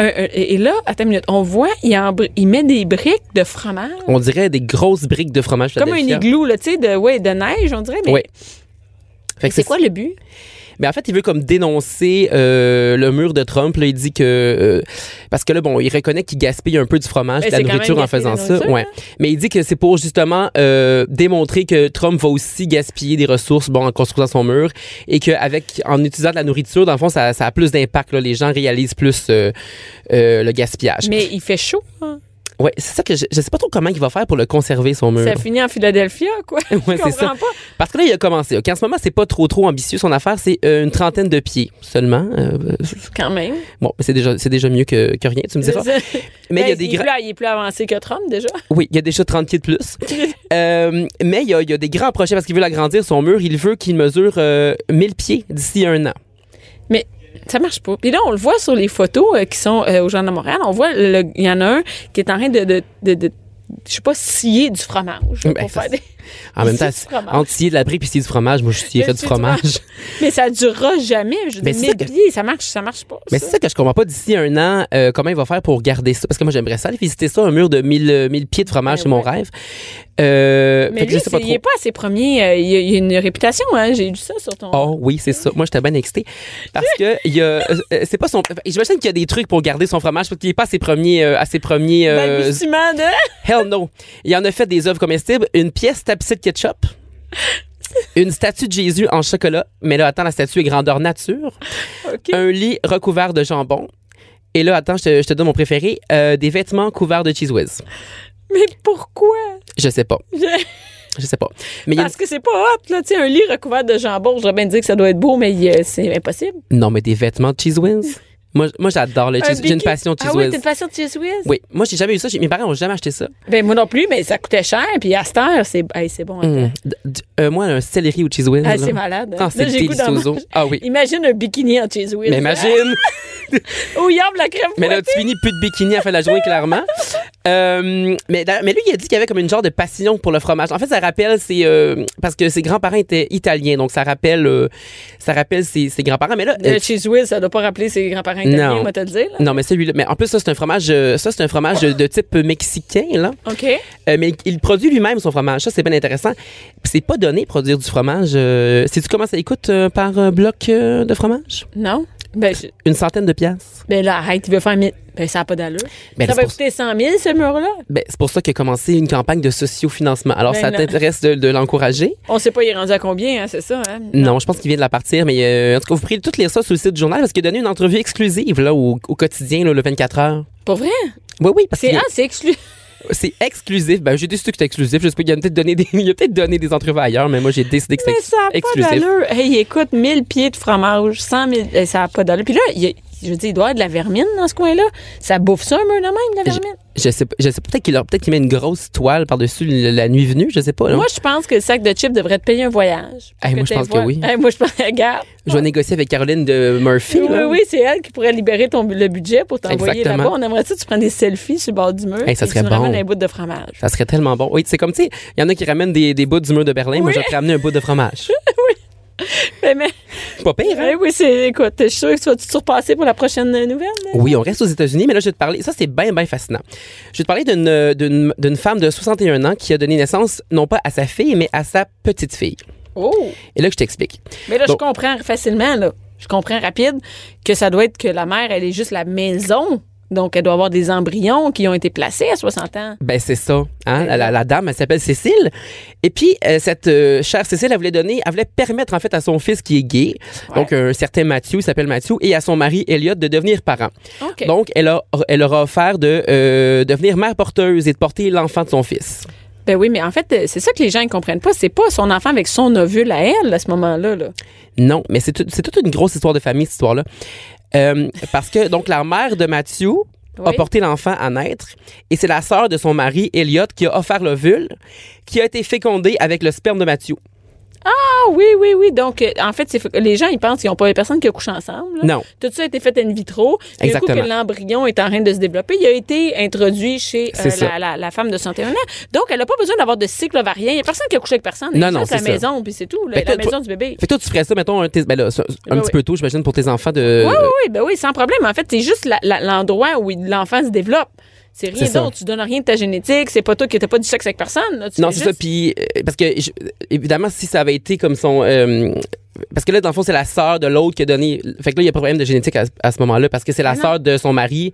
S3: Euh, euh, et et là, attends une minute. On voit, il, en bri- il met des briques de fromage.
S9: On dirait des grosses briques de fromage.
S3: Comme un
S9: Philadelphia.
S3: igloo, là, tu sais, de, ouais, de neige, on dirait. Mais
S9: Ouais. Fait
S3: mais
S9: que Ah,
S3: c'est quoi le but?
S9: Mais en fait, il veut comme dénoncer euh, le mur de Trump. Là, il dit que euh, parce que là, bon, il reconnaît qu'il gaspille un peu du fromage,
S3: Mais
S9: de la
S3: c'est quand
S9: nourriture
S3: même
S9: en faisant
S3: gaspiller de la
S9: ça.
S3: nourriture,
S9: Ouais. Mais il dit que c'est pour justement euh, démontrer que Trump va aussi gaspiller des ressources, bon, en construisant son mur, et qu'avec en utilisant de la nourriture, dans le fond, ça, ça a plus d'impact. là. Les gens réalisent plus euh, euh, le gaspillage.
S3: Mais il fait chaud. hein.
S9: Ouais, c'est ça que je, je sais pas trop comment il va faire pour le conserver son mur.
S3: Ça finit en Philadelphia, quoi.
S9: Ouais,
S3: Je
S9: c'est
S3: comprends
S9: ça.
S3: pas.
S9: Parce que là, il a commencé. OK? En ce moment, c'est pas trop, trop ambitieux. Son affaire, c'est euh, une trentaine de pieds seulement. Euh,
S3: Quand même.
S9: bon, c'est déjà, c'est déjà mieux que, que rien, tu me diras. Mais il y a des
S3: Ben, il, est
S9: grands.
S3: plus, il est plus avancé que Trump, déjà.
S9: Oui, il y a déjà 30 pieds de plus. Euh, mais il y, a, il y a des grands projets parce qu'il veut agrandir son mur. Il veut qu'il mesure euh, 1000 pieds d'ici un an.
S3: Ça marche pas. Puis là, on le voit sur les photos euh, qui sont euh, aux gens de Montréal. On voit, le- il y en a un qui est en train de, de, de, de- je sais pas, scier du fromage. là,
S9: Ben,
S3: pour
S9: ça,
S3: faire des-
S9: En même
S3: C'est
S9: temps,
S3: du fromage.
S9: entre scier de la brique puis scier du fromage, moi, je scierais
S3: Le
S9: du
S3: scier du fromage.
S9: fromage.
S3: Mais ça durera jamais. Je veux
S9: Mais
S3: dire,
S9: c'est
S3: mille
S9: ça que-
S3: pieds, ça marche, ça marche pas.
S9: Mais
S3: ça.
S9: c'est ça que je comprends pas d'ici un an, euh, comment il va faire pour garder ça. Parce que moi, j'aimerais ça aller visiter ça, un mur de 1000, euh, 1000 pieds de fromage,
S3: Ben
S9: c'est mon
S3: ouais.
S9: rêve. Euh,
S3: Mais
S9: fait que
S3: lui,
S9: je sais pas
S3: c'est- il est
S9: trop.
S3: pas à ses premiers. euh, il, a, il a une réputation, hein. J'ai lu ça sur ton.
S9: Oh oui, c'est ça. Moi, j'étais bien excitée. Parce que il y a, euh, c'est pas son. J'imagine qu'il y a des trucs pour garder son fromage parce qu'il est pas à ses premiers. euh, à ses premiers
S3: Ben,
S9: euh,
S3: Balbutiement de.
S9: hell no. Il en a fait des œuvres comestibles. Une pièce tapissée de ketchup. Une statue de Jésus en chocolat. Mais là, attends, la statue est grandeur nature.
S3: OK.
S9: Un lit recouvert de jambon. Et là, attends, je te, je te donne mon préféré. euh, des vêtements couverts de cheese whiz.
S3: Mais pourquoi?
S9: Je sais pas.
S3: Je-
S9: Je sais pas. Mais il y a une-
S3: Parce que c'est pas hot, là. Tu sais, un lit recouvert de jambon, j'aurais bien dit que ça doit être beau, mais euh, c'est impossible.
S9: Non, mais des vêtements de cheese whiz. Moi, moi j'adore le
S3: Un
S9: cheese. J'ai une
S3: Biggie.
S9: passion
S3: Ah
S9: cheese
S3: oui,
S9: whiz.
S3: t'es une passion de Cheese Whiz?
S9: Oui, moi, j'ai jamais eu ça. J'ai- Mes parents n'ont jamais acheté ça.
S3: Ben, moi non plus, mais ça coûtait cher. Puis à cette heure, c'est hey, c'est bon.
S9: Mm. D- d- euh, moi, un céleri au cheese whiz.
S3: Hmm. Ah,
S9: là.
S3: c'est malade.
S9: Ah,
S3: Là,
S9: c'est
S3: j'ai le goût d'en
S9: délicioso.
S3: manger.
S9: Ah oui.
S3: Imagine un bikini en Cheese Whiz.
S9: Mais imagine!
S3: Ou yam la crème
S9: Mais là,
S3: fouettée.
S9: tu finis plus de bikini à la fin de la journée, clairement. Euh, mais, d'ailleurs- mais lui, il a dit qu'il y avait comme une genre de passion pour le fromage. En fait, ça rappelle ses. euh, parce que ses grands-parents étaient italiens, donc ça rappelle, euh, ça rappelle ses, ses grands-parents. Mais là. euh,
S3: Le Cheese Whiz, ça doit pas rappeler ses grands-parents
S9: Non.
S3: italiens, on va te le dire. là.
S9: non, mais celui-là. Mais en plus, ça, c'est un fromage. euh, ça, c'est un fromage de type mexicain, là.
S3: OK.
S9: Euh, mais il produit lui-même son fromage. Ça, c'est bien intéressant. Puis c'est pas donné produire du fromage. Euh, Sais-tu comment ça écoute euh, par euh, bloc euh, de fromage?
S3: Non. Ben, je-
S9: Une centaine de piastres.
S3: ben là, arrête, il veut faire 1000. Ben, ça n'a pas d'allure.
S9: Ben,
S3: ça
S9: c'est
S3: va
S9: pour,
S3: coûter 100 000, ce mur-là.
S9: ben, c'est pour ça qu'a commencé une campagne de sociofinancement. Alors,
S3: Ben
S9: ça
S3: non.
S9: t'intéresse de, de l'encourager?
S3: On sait pas, il est rendu à combien, hein, c'est ça? Hein?
S9: Non, je pense qu'il vient de la partir, mais euh, en tout cas, vous pourrez tout lire ça sur le site du journal parce qu'il a donné une entrevue exclusive là, au, au quotidien, là, le 24 heures.
S3: Pour vrai?
S9: Oui, oui, parce que
S3: C'est ah, c'est exclu.
S9: c'est exclusif. Ben, j'ai décidé que c'était exclusif. Je sais pas, il a peut-être donné des, il a peut-être donné des entrevues ailleurs, mais moi, j'ai décidé que c'était
S3: Mais ça n'a pas
S9: exclusif.
S3: d'allure. Hey, écoute, 1000 pieds de fromage, 100 000, eh, ça n'a pas d'allure. Puis là, il y a- je veux dire, il doit y avoir de la vermine dans ce coin-là. Ça bouffe ça un mur de même, de la vermine?
S9: Je sais, pas- je sais pas, peut-être qu'il peut qu'il met une grosse toile par-dessus le- la nuit venue, je sais pas. là.
S3: Moi, je pense que le sac de chips devrait te payer un voyage.
S9: Eh, moi, je
S3: t'ailles
S9: pense que
S3: voir.
S9: oui.
S3: Eh, moi, je pense, regarde.
S9: je vais négocier avec Caroline de Murphy.
S3: Oui, oui,
S9: là.
S3: oui, c'est elle qui pourrait libérer ton, le budget pour t'envoyer là-bas.
S9: Exactement.
S3: On aimerait ça que tu prennes des selfies sur le bord du mur.
S9: Eh, ça
S3: et que
S9: serait
S3: tu nous ramènes
S9: bon.
S3: un bout de fromage.
S9: Ça serait tellement bon. Oui, c'est comme, tu sais, il y en a qui ramènent des, des bouts du mur de Berlin. Moi, je vais te ramener un bout de fromage.
S3: Mais, mais,
S9: pas pire, hein?
S3: eh oui, c'est, écoute, je suis sûre que tu vas te surpasser pour la prochaine euh, nouvelle. là.
S9: Oui, on reste aux États-Unis, mais là, je vais te parler. Ça, c'est bien, bien fascinant. Je vais te parler d'une- euh, d'une d'une femme de 61 ans qui a donné naissance, non pas à sa fille, mais à sa petite fille.
S3: Oh!
S9: Et là, que je t'explique.
S3: Mais là,
S9: Bon.
S3: je comprends facilement, là. Je comprends rapide que ça doit être que la mère, elle est juste la maison. Donc, elle doit avoir des embryons qui ont été placés à 60 ans.
S9: Ben, c'est ça. Hein? La, la- la dame, elle s'appelle Cécile. Et puis, euh, cette euh, chère Cécile, elle voulait donner, elle voulait permettre, en fait, à son fils qui est gay, donc un certain Mathieu, il s'appelle Mathieu, et à son mari, Elliot, de devenir parent.
S3: OK.
S9: Donc, elle, a, elle leur a offert de euh, devenir mère porteuse et de porter l'enfant de son fils.
S3: Ben oui, mais en fait, euh, c'est ça que les gens ne comprennent pas. C'est pas son enfant avec son ovule à elle à ce moment-là. Là.
S9: Non, mais c'est tout- c'est toute une grosse histoire de famille, cette histoire-là. Euh, parce que, donc, la mère de Mathieu a
S3: Oui.
S9: porté l'enfant à naître et c'est la sœur de son mari, Elliot, qui a offert l'ovule, qui a été fécondée avec le sperme de Mathieu.
S3: Ah oui, oui, oui. Donc, euh, en fait, c'est- les gens, ils pensent qu'ils n'ont pas personne qui a couché ensemble. là.
S9: Non.
S3: Tout ça a été fait in vitro. Et Du coup,
S9: Exactement.
S3: que l'embryon est en train de se développer, il a été introduit chez euh,
S9: C'est ça.
S3: la, la- la femme de 61 ans. Donc, elle n'a pas besoin d'avoir de cycle ovarien. Il n'y a personne qui a couché avec personne. Elle
S9: Non,
S3: est
S9: non,
S3: juste à la
S9: c'est ça.
S3: maison, puis c'est tout. là,
S9: Fait que
S3: la
S9: toi- toi-
S3: maison du bébé.
S9: Fait que toi, tu ferais ça, mettons, un, tes- ben là, ça, un
S3: Ben
S9: petit
S3: oui.
S9: peu tôt, j'imagine, pour tes enfants de.
S3: Oui, oui, oui, ben oui, sans problème. En fait, c'est juste la- la- l'endroit où il- l'enfant se développe. C'est rien
S9: C'est ça.
S3: d'autre. Tu donnes rien de ta génétique. C'est pas toi qui n'as pas du sexe avec personne. là. Tu
S9: Non,
S3: fais
S9: c'est ça.
S3: juste-
S9: Puis, euh, parce que, je- évidemment, si ça avait été comme son. euh, parce que là, dans le fond, c'est la sœur de l'autre qui a donné. Fait que là, il y a pas de problème de génétique à, à ce moment-là, parce que c'est la
S3: Ah non.
S9: sœur de son mari.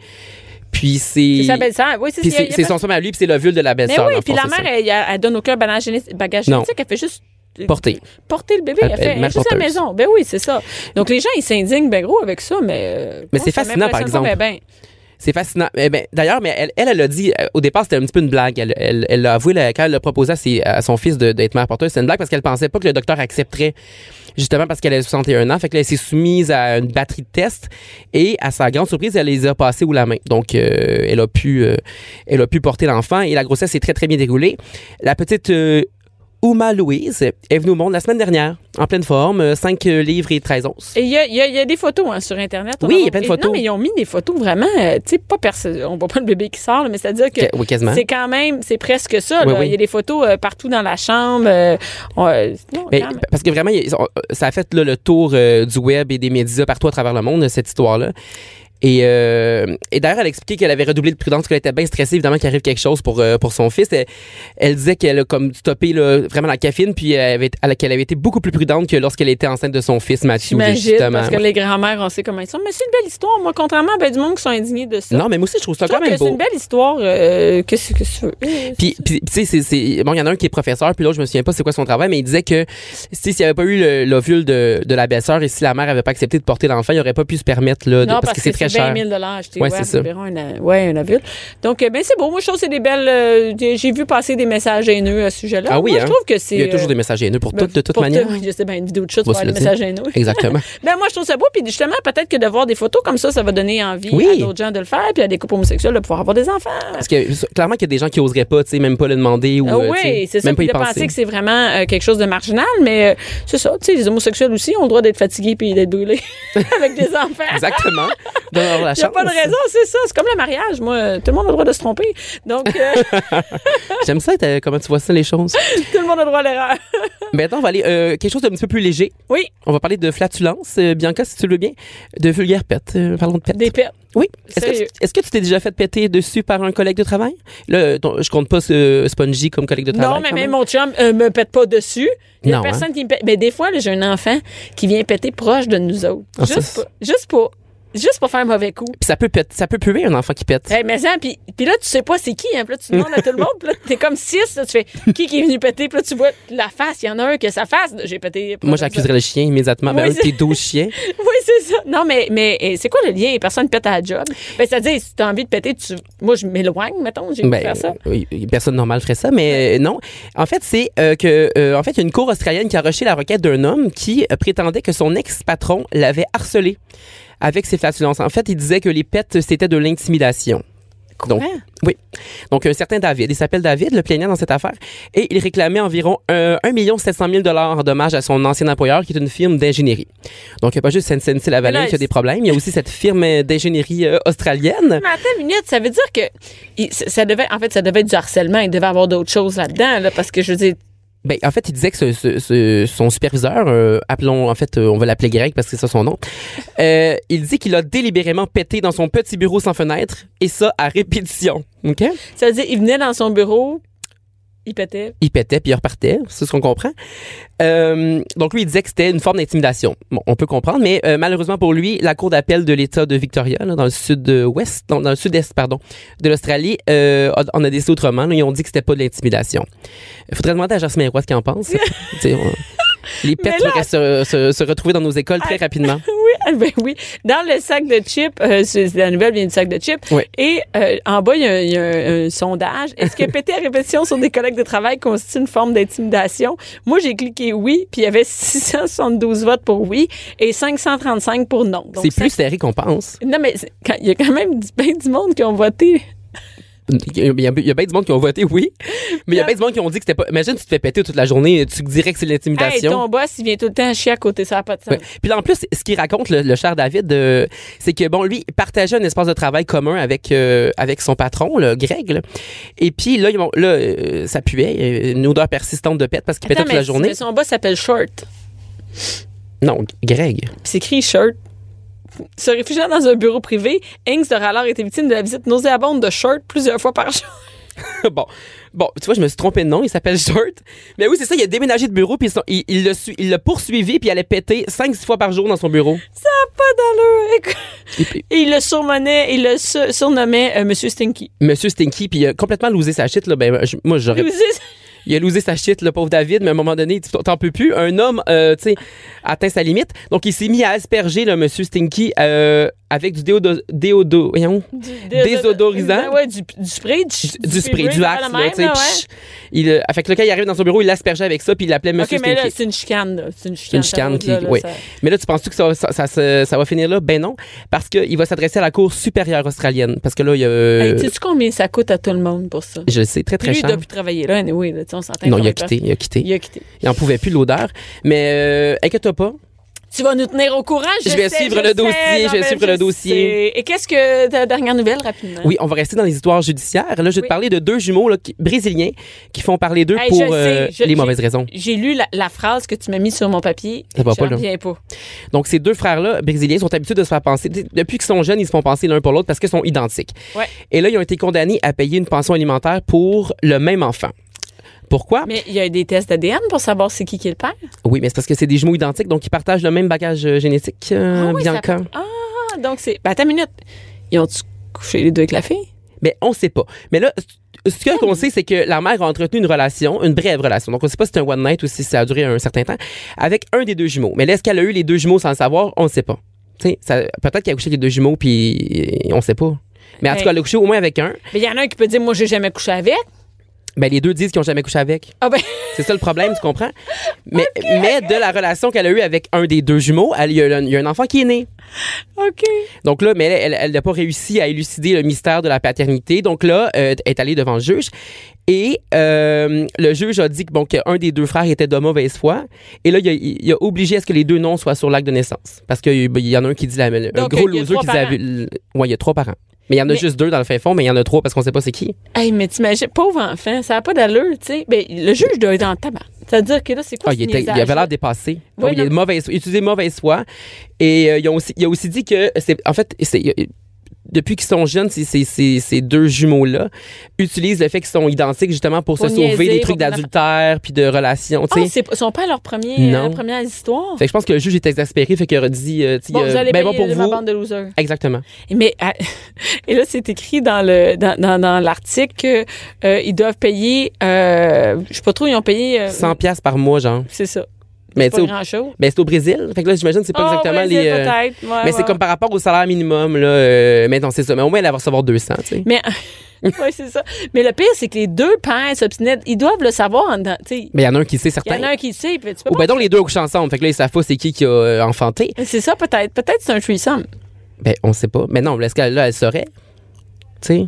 S9: Puis c'est.
S3: C'est sa belle-sœur. Oui, c'est
S9: Puis
S3: il y a-
S9: c'est
S3: il y a
S9: c'est
S3: pas-
S9: son sperme à lui, puis c'est l'ovule de la
S3: Mais
S9: belle-sœur. dans
S3: oui,
S9: le
S3: puis
S9: fond,
S3: la
S9: c'est
S3: mère, elle, elle donne aucun bagage géné- bagage
S9: Non.
S3: génétique. Elle fait juste euh,
S9: ça. Portée.
S3: porter le bébé.
S9: Elle-
S3: Elle,
S9: elle
S3: fait elle est
S9: marche
S3: juste à la
S9: porteuse.
S3: maison. Ben oui, c'est ça. Donc, les gens, ils s'indignent ben gros avec ça, mais... euh,
S9: Mais
S3: moi,
S9: c'est
S3: ça
S9: fascinant, par
S3: m'impressionne pas,
S9: exemple.
S3: ben, ben.
S9: C'est fascinant. Eh ben, D'ailleurs, mais elle, elle, elle a dit, euh, au départ, c'était un petit peu une blague. Elle, elle, elle a avoué, là, quand elle a proposé à, ses- à son fils de- d'être mère porteuse, c'est une blague parce qu'elle pensait pas que le docteur accepterait, justement parce qu'elle a 61 ans. Fait que là, elle s'est soumise à une batterie de tests et, à sa grande surprise, elle les a passés ou la main. Donc, euh, elle a pu, euh, elle a pu porter l'enfant et la grossesse s'est très, très bien déroulée. La petite euh, Uma Louise est venue au monde la semaine dernière, en pleine forme, 5 livres et 13 onces.
S3: Et il y a, il y a- il y a des photos hein, sur Internet. On
S9: Oui,
S3: en
S9: il y a
S3: voit-
S9: plein de
S3: et-
S9: photos.
S3: Non, mais ils ont mis des photos vraiment, euh, tu sais, pas perso- On voit pas le bébé qui sort, là, mais c'est-à-dire que...
S9: Qu- oui, quasiment.
S3: C'est quand même, c'est presque ça.
S9: Oui,
S3: là.
S9: oui.
S3: Il y a des photos euh, partout dans la chambre. euh, on- euh, non,
S9: Mais,
S3: quand même.
S9: parce que vraiment, ils ont- ça a fait là, le tour euh, du web et des médias partout à travers le monde, cette histoire-là. Et, euh, et d'ailleurs, elle expliquait qu'elle avait redoublé de prudence, qu'elle était bien stressée, évidemment, qu'il arrive quelque chose pour, euh, pour son fils. Elle, elle disait qu'elle a comme stoppé là, vraiment la caféine, puis elle avait, elle- qu'elle avait été beaucoup plus prudente que lorsqu'elle était enceinte de son fils, Mathieu,
S3: J'imagine,
S9: justement.
S3: parce que les grands-mères, on sait comment ils sont. Mais c'est une belle histoire. Moi, contrairement à ben du monde qui sont indignés de ça.
S9: Non, mais moi aussi, je trouve ça
S3: je trouve
S9: quand même
S3: que c'est une
S9: beau.
S3: belle histoire. euh, Qu'est-ce que tu veux?
S9: Puis, euh, puis, tu sais, c'est- c'est. Bon, il y en a un qui est professeur, puis l'autre, je me souviens pas c'est quoi son travail, mais il disait que si- s'il n'y avait pas eu le- l'ovule de, de la belle-sœur et si la mère avait pas accepté de porter l'enfant, il aurait pas pu se permettre, là, de-
S3: Non,
S9: parce, que c'est très, très cher.
S3: 20 000 acheté.
S9: Ouais,
S3: Ouais,
S9: c'est ça.
S3: environ un, an- ouais, un adulte. Donc, euh, ben, c'est beau. Moi, je trouve que c'est des belles. euh, des- J'ai vu passer des messages haineux à ce sujet-là.
S9: Ah oui,
S3: Moi,
S9: hein?
S3: je trouve que c'est.
S9: Il y a toujours
S3: euh,
S9: des messages haineux pour
S3: ben,
S9: toutes, de toute
S3: pour
S9: manière.
S3: tout. Je sais bien, une vidéo de chat, tu
S9: On va
S3: vas avoir
S9: se
S3: des
S9: le
S3: messages
S9: dire.
S3: haineux.
S9: Exactement.
S3: Ben moi, je trouve ça beau. Puis justement, peut-être que de voir des photos comme ça, ça va donner envie
S9: Oui.
S3: à d'autres gens de le faire. Puis à des couples homosexuels de pouvoir avoir des enfants.
S9: Parce que clairement qu'il y a des gens qui oseraient pas, tu sais, même pas le demander ou
S3: Ah
S9: euh, tu
S3: oui,
S9: sais,
S3: c'est ça.
S9: même pas
S3: Puis
S9: y
S3: de
S9: penser.
S3: penser que c'est vraiment euh, quelque chose de marginal, mais euh, c'est ça. Tu sais, les homosexuels aussi ont le droit d'être fatigués puis d'être brûlés avec des enfants.
S9: Exactement. Donne-leur la
S3: Il n'y a
S9: chance.
S3: pas de raison, c'est ça. C'est comme le mariage, moi. euh, Tout le monde a le droit de se tromper. Donc, euh,
S9: J'aime ça, t'as- comment tu vois ça, les choses.
S3: tout le monde a le droit à l'erreur.
S9: Maintenant, on va aller euh, quelque chose d'un petit peu plus léger.
S3: Oui.
S9: On va parler de flatulence, euh, Bianca, si tu le veux bien, de vulgaire pète. Euh, parlons de pète.
S3: Des pertes.
S9: Oui. Est-ce que,
S3: Sérieux.
S9: tu- est-ce que tu t'es déjà fait péter dessus par un collègue de travail? Là, ton- je compte pas ce Spongy comme collègue de travail.
S3: Non, mais
S9: quand
S3: même mon chum euh, me pète pas dessus. Il y a
S9: Non, hein.
S3: personne qui me pète. Mais des fois, là, j'ai un enfant qui vient péter proche de nous autres.
S9: Ah, ça,
S3: juste,
S9: c'est-
S3: pour, juste, pour, juste pour faire un mauvais coup.
S9: Puis ça peut, pète- ça peut puer un enfant qui pète.
S3: Hey, mais ça, puis, puis là, tu sais pas c'est qui. Hein. Puis là, tu demandes à tout le monde. Puis là, t'es comme six. Là, tu fais qui qui est venu péter. Puis là, tu vois la face. Il y en a un que sa face. J'ai pété. proche
S9: Moi,
S3: de ça.
S9: j'accuserais le chien immédiatement. Ben,
S3: Oui,
S9: un de
S3: c'est-
S9: tes douze chiens.
S3: Oui, c'est ça. Non, mais, mais eh, c'est quoi le lien? Personne pète à la job. Ben, c'est-à-dire, si t'as envie de péter, tu... moi, je m'éloigne, mettons. J'ai
S9: Ben,
S3: pu faire ça.
S9: oui, personne normale ferait ça, mais euh, non. En fait, c'est euh, que euh, en fait, il y a une cour australienne qui a rejeté la requête d'un homme qui euh, prétendait que son ex-patron l'avait harcelé avec ses flatulences. En fait, il disait que les pets, c'était de l'intimidation. Donc, oui. Donc, un certain David, il s'appelle David, le plaignant dans cette affaire, et il réclamait environ euh, 1 700 000 en dommages à son ancien employeur, qui est une firme d'ingénierie. Donc, il n'y a pas juste SNC-Lavalin
S3: Mais là,
S9: qui a des problèmes, il y a aussi cette firme euh, d'ingénierie euh, australienne.
S3: Mais attends une minute, ça veut dire que il- ça ça devait, en fait, ça devait être du harcèlement. Il devait avoir d'autres choses là-dedans, là, parce que je veux dire,
S9: Ben, en fait, il disait que ce- ce- ce- son superviseur, euh, appelons, en fait, euh, on va l'appeler Greg parce que c'est ça son nom, euh, il dit qu'il a délibérément pété dans son petit bureau sans fenêtre, et ça à répétition. OK?
S3: ça veut dire, il venait dans son bureau, il pétait.
S9: Il pétait puis il repartait, c'est ce qu'on comprend. Euh, donc, lui, il disait que c'était une forme d'intimidation. Bon, on peut comprendre, mais euh, malheureusement pour lui, la Cour d'appel de l'État de Victoria, là, dans le sud-ouest, non, dans le sud-est, pardon, de l'Australie, euh, a- en a décidé autrement. là. ils ont dit que c'était pas de l'intimidation. Il faudrait demander à Jasmine Roy ce qu'elle en pense. Tu sais, on- Les pets
S3: Mais là-
S9: pourraient se, se- se retrouver dans nos écoles très rapidement.
S3: Oui, ah, ben oui. Dans le sac de chips, euh, c'est- la nouvelle vient du sac de chips.
S9: Oui.
S3: Et euh, en bas, il y a, un- il y a un, un sondage. Est-ce que péter à répétition sur des collègues de travail constitue une forme d'intimidation? Moi, j'ai cliqué oui, puis il y avait 672 votes pour oui et 535 pour non. Donc,
S9: C'est
S3: ça-
S9: plus serré qu'on pense.
S3: Non, mais c'est- quand- il y a quand même du, ben du monde qui ont voté.
S9: Il y a- il y a bien du monde qui ont voté oui, mais il y a
S3: Non.
S9: bien du monde qui ont dit que c'était pas. Imagine, tu te fais péter toute la journée, tu dirais que c'est de
S3: Hey,
S9: l'intimidation.
S3: ton boss, il vient tout le temps chier à côté, ça n'a pas de sens.
S9: Ouais. Puis là, en plus, ce qu'il raconte, le, le cher David, euh, c'est que, bon, lui, il partageait un espace de travail commun avec, euh, avec son patron, le Greg. là. Et puis là, ils vont- là euh, ça puait, euh, une odeur persistante de pète parce qu'il pétait
S3: Attends,
S9: toute
S3: mais
S9: la
S3: si-
S9: journée.
S3: mais son boss s'appelle Short.
S9: Non, Greg.
S3: Puis c'est écrit Short. Se réfugiant dans un bureau privé, Hanks aurait alors été victime de la visite nauséabonde de Short plusieurs fois par jour.
S9: bon. bon, tu vois, je me suis trompé de nom, il s'appelle Short. Mais oui, c'est ça, il a déménagé de bureau, puis ils sont- il il l'a su- il l'a poursuivi, puis il allait péter 5-6 fois par jour dans son bureau.
S3: Pas d'allure. écoute.
S9: Et puis,
S3: Et il le surmenait, il le su- surnommait euh, Monsieur Stinky.
S9: Monsieur Stinky, puis il a complètement losé sa shit, là. Ben, je- moi, j'aurais
S3: Vous dites-
S9: Il a losé sa shit, le pauvre David, mais à un moment donné, il dit, t'en peux plus. Un homme, euh, tu sais, atteint sa limite. Donc, il s'est mis à asperger le monsieur Stinky euh, avec du déodo... déodo voyons,
S3: du-
S9: Désodorisant.
S3: Ouais, du, du spray. Du,
S9: du, du spray, du axe,
S3: la
S9: là,
S3: même,
S9: tu sais.
S3: là, ouais.
S9: psh. Il, euh, fait que le cas, il arrive dans son bureau, il l'aspergeait avec ça, puis il l'appelait monsieur
S3: Ok, mais là,
S9: Stinky.
S3: c'est une chicane. là. C'est une chicane.
S9: une
S3: ça
S9: chicane
S3: va,
S9: qui-
S3: là, là,
S9: oui.
S3: ça-
S9: Mais là, tu penses-tu que ça, va- ça, ça se- ça va finir là? Ben non, parce qu'il va s'adresser à la Cour supérieure australienne. Parce que là, il y a... euh,
S3: Hey, sais-tu combien ça coûte à tout le monde pour ça?
S9: je le sais, très, très
S3: Lui, il
S9: cher.
S3: doit plus travailler là, anyway, là, tu sais, on s'entend.
S9: Non, il a
S3: travaille
S9: quitté, il a
S3: pas. Il
S9: quitté.
S3: a quitté.
S9: Il en pouvait plus, l'odeur. Mais euh, inquiète-toi pas,
S3: Tu vas nous tenir au courant. Je,
S9: Je vais
S3: sais,
S9: suivre
S3: je
S9: le
S3: sais,
S9: dossier,
S3: non,
S9: je vais
S3: mais
S9: suivre le dossier.
S3: sais. Et qu'est-ce que ta dernière nouvelle rapidement
S9: Oui, on va rester dans les histoires judiciaires. Là, je vais te
S3: Hein? Oui.
S9: parler de deux jumeaux là, qui- brésiliens qui font parler d'eux
S3: Hey,
S9: pour
S3: je sais,
S9: euh,
S3: je-
S9: les
S3: j'ai-
S9: mauvaises raisons.
S3: J'ai lu la, la phrase que tu m'as mise sur mon papier.
S9: Ça va
S3: J'en
S9: pas, là.
S3: reviens pas.
S9: Donc, ces deux frères-là, brésiliens, sont habitués de se faire penser. tu sais, Depuis qu'ils sont jeunes, ils se font penser l'un pour l'autre parce qu'ils sont identiques.
S3: Ouais.
S9: Et là, ils ont été condamnés à payer une pension alimentaire pour le même enfant. Pourquoi?
S3: Mais il y a des tests d'ADN pour savoir c'est qui qui est le père.
S9: Oui, mais c'est parce que c'est des jumeaux identiques, donc ils partagent le même bagage euh, génétique, euh,
S3: Ah oui, ça
S9: Bianca.
S3: peut- Ah, donc c'est. Ben, attends une minute. Ils ont-tu couché les deux avec la fille?
S9: Mais on sait pas. Mais là, c- ce qu'on sait, c'est que la mère a entretenu une relation, une brève relation. Donc, on sait pas si c'est un one night ou si ça a duré un certain temps, avec un des deux jumeaux. Mais là, est-ce qu'elle a eu les deux jumeaux sans le savoir? On ne sait pas. Tu sais, ça- Peut-être qu'il a couché avec les deux jumeaux, puis euh, on sait pas. Mais en
S3: Ouais.
S9: tout cas, elle a couché au moins avec un.
S3: Mais il y en a un qui peut dire, moi, j'ai jamais couché avec.
S9: Ben, les deux disent qu'ils ont jamais couché avec.
S3: Ah ben,
S9: C'est ça le problème, tu comprends? Mais, mais de la relation qu'elle a eue avec un des deux jumeaux, elle, il, y a, un- il y a un enfant qui est né.
S3: OK.
S9: Donc là, mais elle- elle elle n'a pas réussi à élucider le mystère de la paternité. Donc là, euh, elle est allée devant le juge. Et euh, le juge a dit que, bon, qu'un des deux frères était de mauvaise foi. Et là, il a, il a obligé à ce que les deux noms soient sur l'acte de naissance. Parce qu'il ben, il y en a un qui dit la, le- un
S3: Donc,
S9: gros
S3: il y a
S9: loser
S3: trois
S9: qui dit la-
S3: parents.
S9: le- Ouais, il y a trois parents. Mais il y en a
S3: Mais-
S9: juste deux dans le fin fond, mais il y en a trois parce qu'on sait pas c'est qui.
S3: Hey, mais t'imagines, pauvre enfant, ça n'a pas d'allure, tu sais. Ben, le juge doit être en tabac. C'est-à-dire que là, c'est quoi
S9: Ah,
S3: ce
S9: il, était- il
S3: niaisage-là?
S9: avait l'air dépassé.
S3: Ouais,
S9: Donc, il, est
S3: non.
S9: mauvaise, il utilisait mauvaise foi. Et euh, ils ont aussi, il a aussi dit que, c'est, en fait, c'est- il- il- depuis qu'ils sont jeunes, ces- ces- ces- ces deux jumeaux-là utilisent le fait qu'ils sont identiques justement pour,
S3: Pour
S9: se sauver
S3: niaiser,
S9: des
S3: pour
S9: trucs
S3: qu'on a-
S9: d'adultère puis de relations.
S3: Ah,
S9: tu sais.
S3: c'est- ils sont pas à leur premier,
S9: Non.
S3: euh, première histoire.
S9: fait que je pense que le juge est exaspéré, fait qu'il a dit, euh, tu sais,
S3: Bon,
S9: euh,
S3: vous allez
S9: ben,
S3: payer
S9: bon pour
S3: de ma
S9: vous.
S3: bande de losers.
S9: Exactement.
S3: Mais à- et là, c'est écrit dans le dans, dans, dans l'article que euh, ils doivent payer. Euh, je sais pas trop, ils ont payé. euh,
S9: 100 piastres par mois, genre.
S3: C'est ça.
S9: Mais
S3: C'est
S9: tu sais,
S3: pas Ah,
S9: au-
S3: grand chose.
S9: ben, c'est au Brésil. Fait que là, j'imagine, c'est pas exactement les. euh, mais c'est comme par rapport au salaire minimum, là. euh, mais non, c'est ça. Mais au moins, elle va recevoir 200, tu sais.
S3: Mais ouais, c'est ça. Mais le pire, c'est que les deux pères s'obstinaient. Ils doivent le savoir. en dedans, tu sais.
S9: Mais il y en a un qui sait
S3: Il y
S9: certain.
S3: en a un qui le sait. puis Tu peux
S9: Ben, Ou
S3: pas...
S9: ben donc les deux couchent ensemble. Fait que là, ils savent pas c'est qui qui a euh, enfanté.
S3: C'est ça, peut-être. Peut-être c'est un threesome.
S9: Ben, on sait pas. Mais non, est-ce qu'elle là, elle saurait? Tu sais?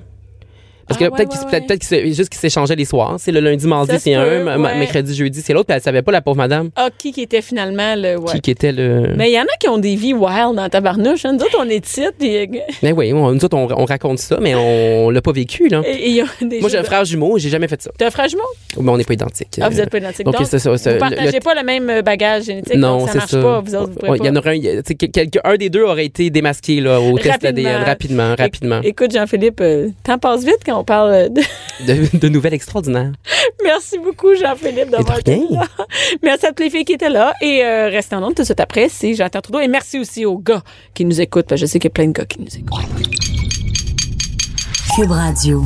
S9: Parce que
S3: Ah,
S9: là, peut-être
S3: ouais,
S9: qu'ils
S3: ouais,
S9: peut-être- peut-être qu'ils se- juste qu'ils s'échangeaient les soirs. C'est le lundi, mardi,
S3: Ça se
S9: c'est un.
S3: peut,
S9: m-
S3: ouais.
S9: Mercredi, jeudi, c'est l'autre. Puis elle savait pas, la pauvre madame,
S3: Ah, qui qui était finalement le. Ouais.
S9: qui, qui était le. Mais,
S3: Mais il y en a qui ont des vies wild dans tabarnouche. hein. Nous autres, on est titres. Et
S9: oui, on, nous autres, on, on raconte ça, mais on l'a pas vécu, là.
S3: et- et ils ont des
S9: Moi, j'ai
S3: jeux
S9: un
S3: de-
S9: frère jumeau, j'ai jamais fait ça.
S3: T'as un frère jumeau?
S9: Mais on n'est pas identiques.
S3: Ah, vous êtes pas identiques.
S9: Donc,
S3: Donc,
S9: Euh, c'est ça. c'est-
S3: vous
S9: le-
S3: partagez
S9: le-
S3: pas le même euh, bagage génétique.
S9: non,
S3: donc ça
S9: c'est
S3: marche
S9: ça.
S3: pas. Vous autres, vous pouvez
S9: Ouais, Il
S3: pas.
S9: y en aurait un, il y a- tu sais, quel- quelqu'un- un des deux aurait été démasqué là, au test
S3: Rapidement.
S9: ADN rapidement, rapidement.
S3: Écoute, Jean-Philippe, euh, t'en passes vite quand on parle euh, de...
S9: De, de nouvelles extraordinaires.
S3: Merci beaucoup, Jean-Philippe, d'avoir
S9: Et de rien.
S3: été là. Merci à toutes les filles qui étaient là. Et euh, restez en ondes tout de suite après. C'est Jonathan Trudeau. Et merci aussi aux gars qui nous écoutent. Parce que je sais qu'il y a plein de gars qui nous écoutent.
S8: Cube Radio.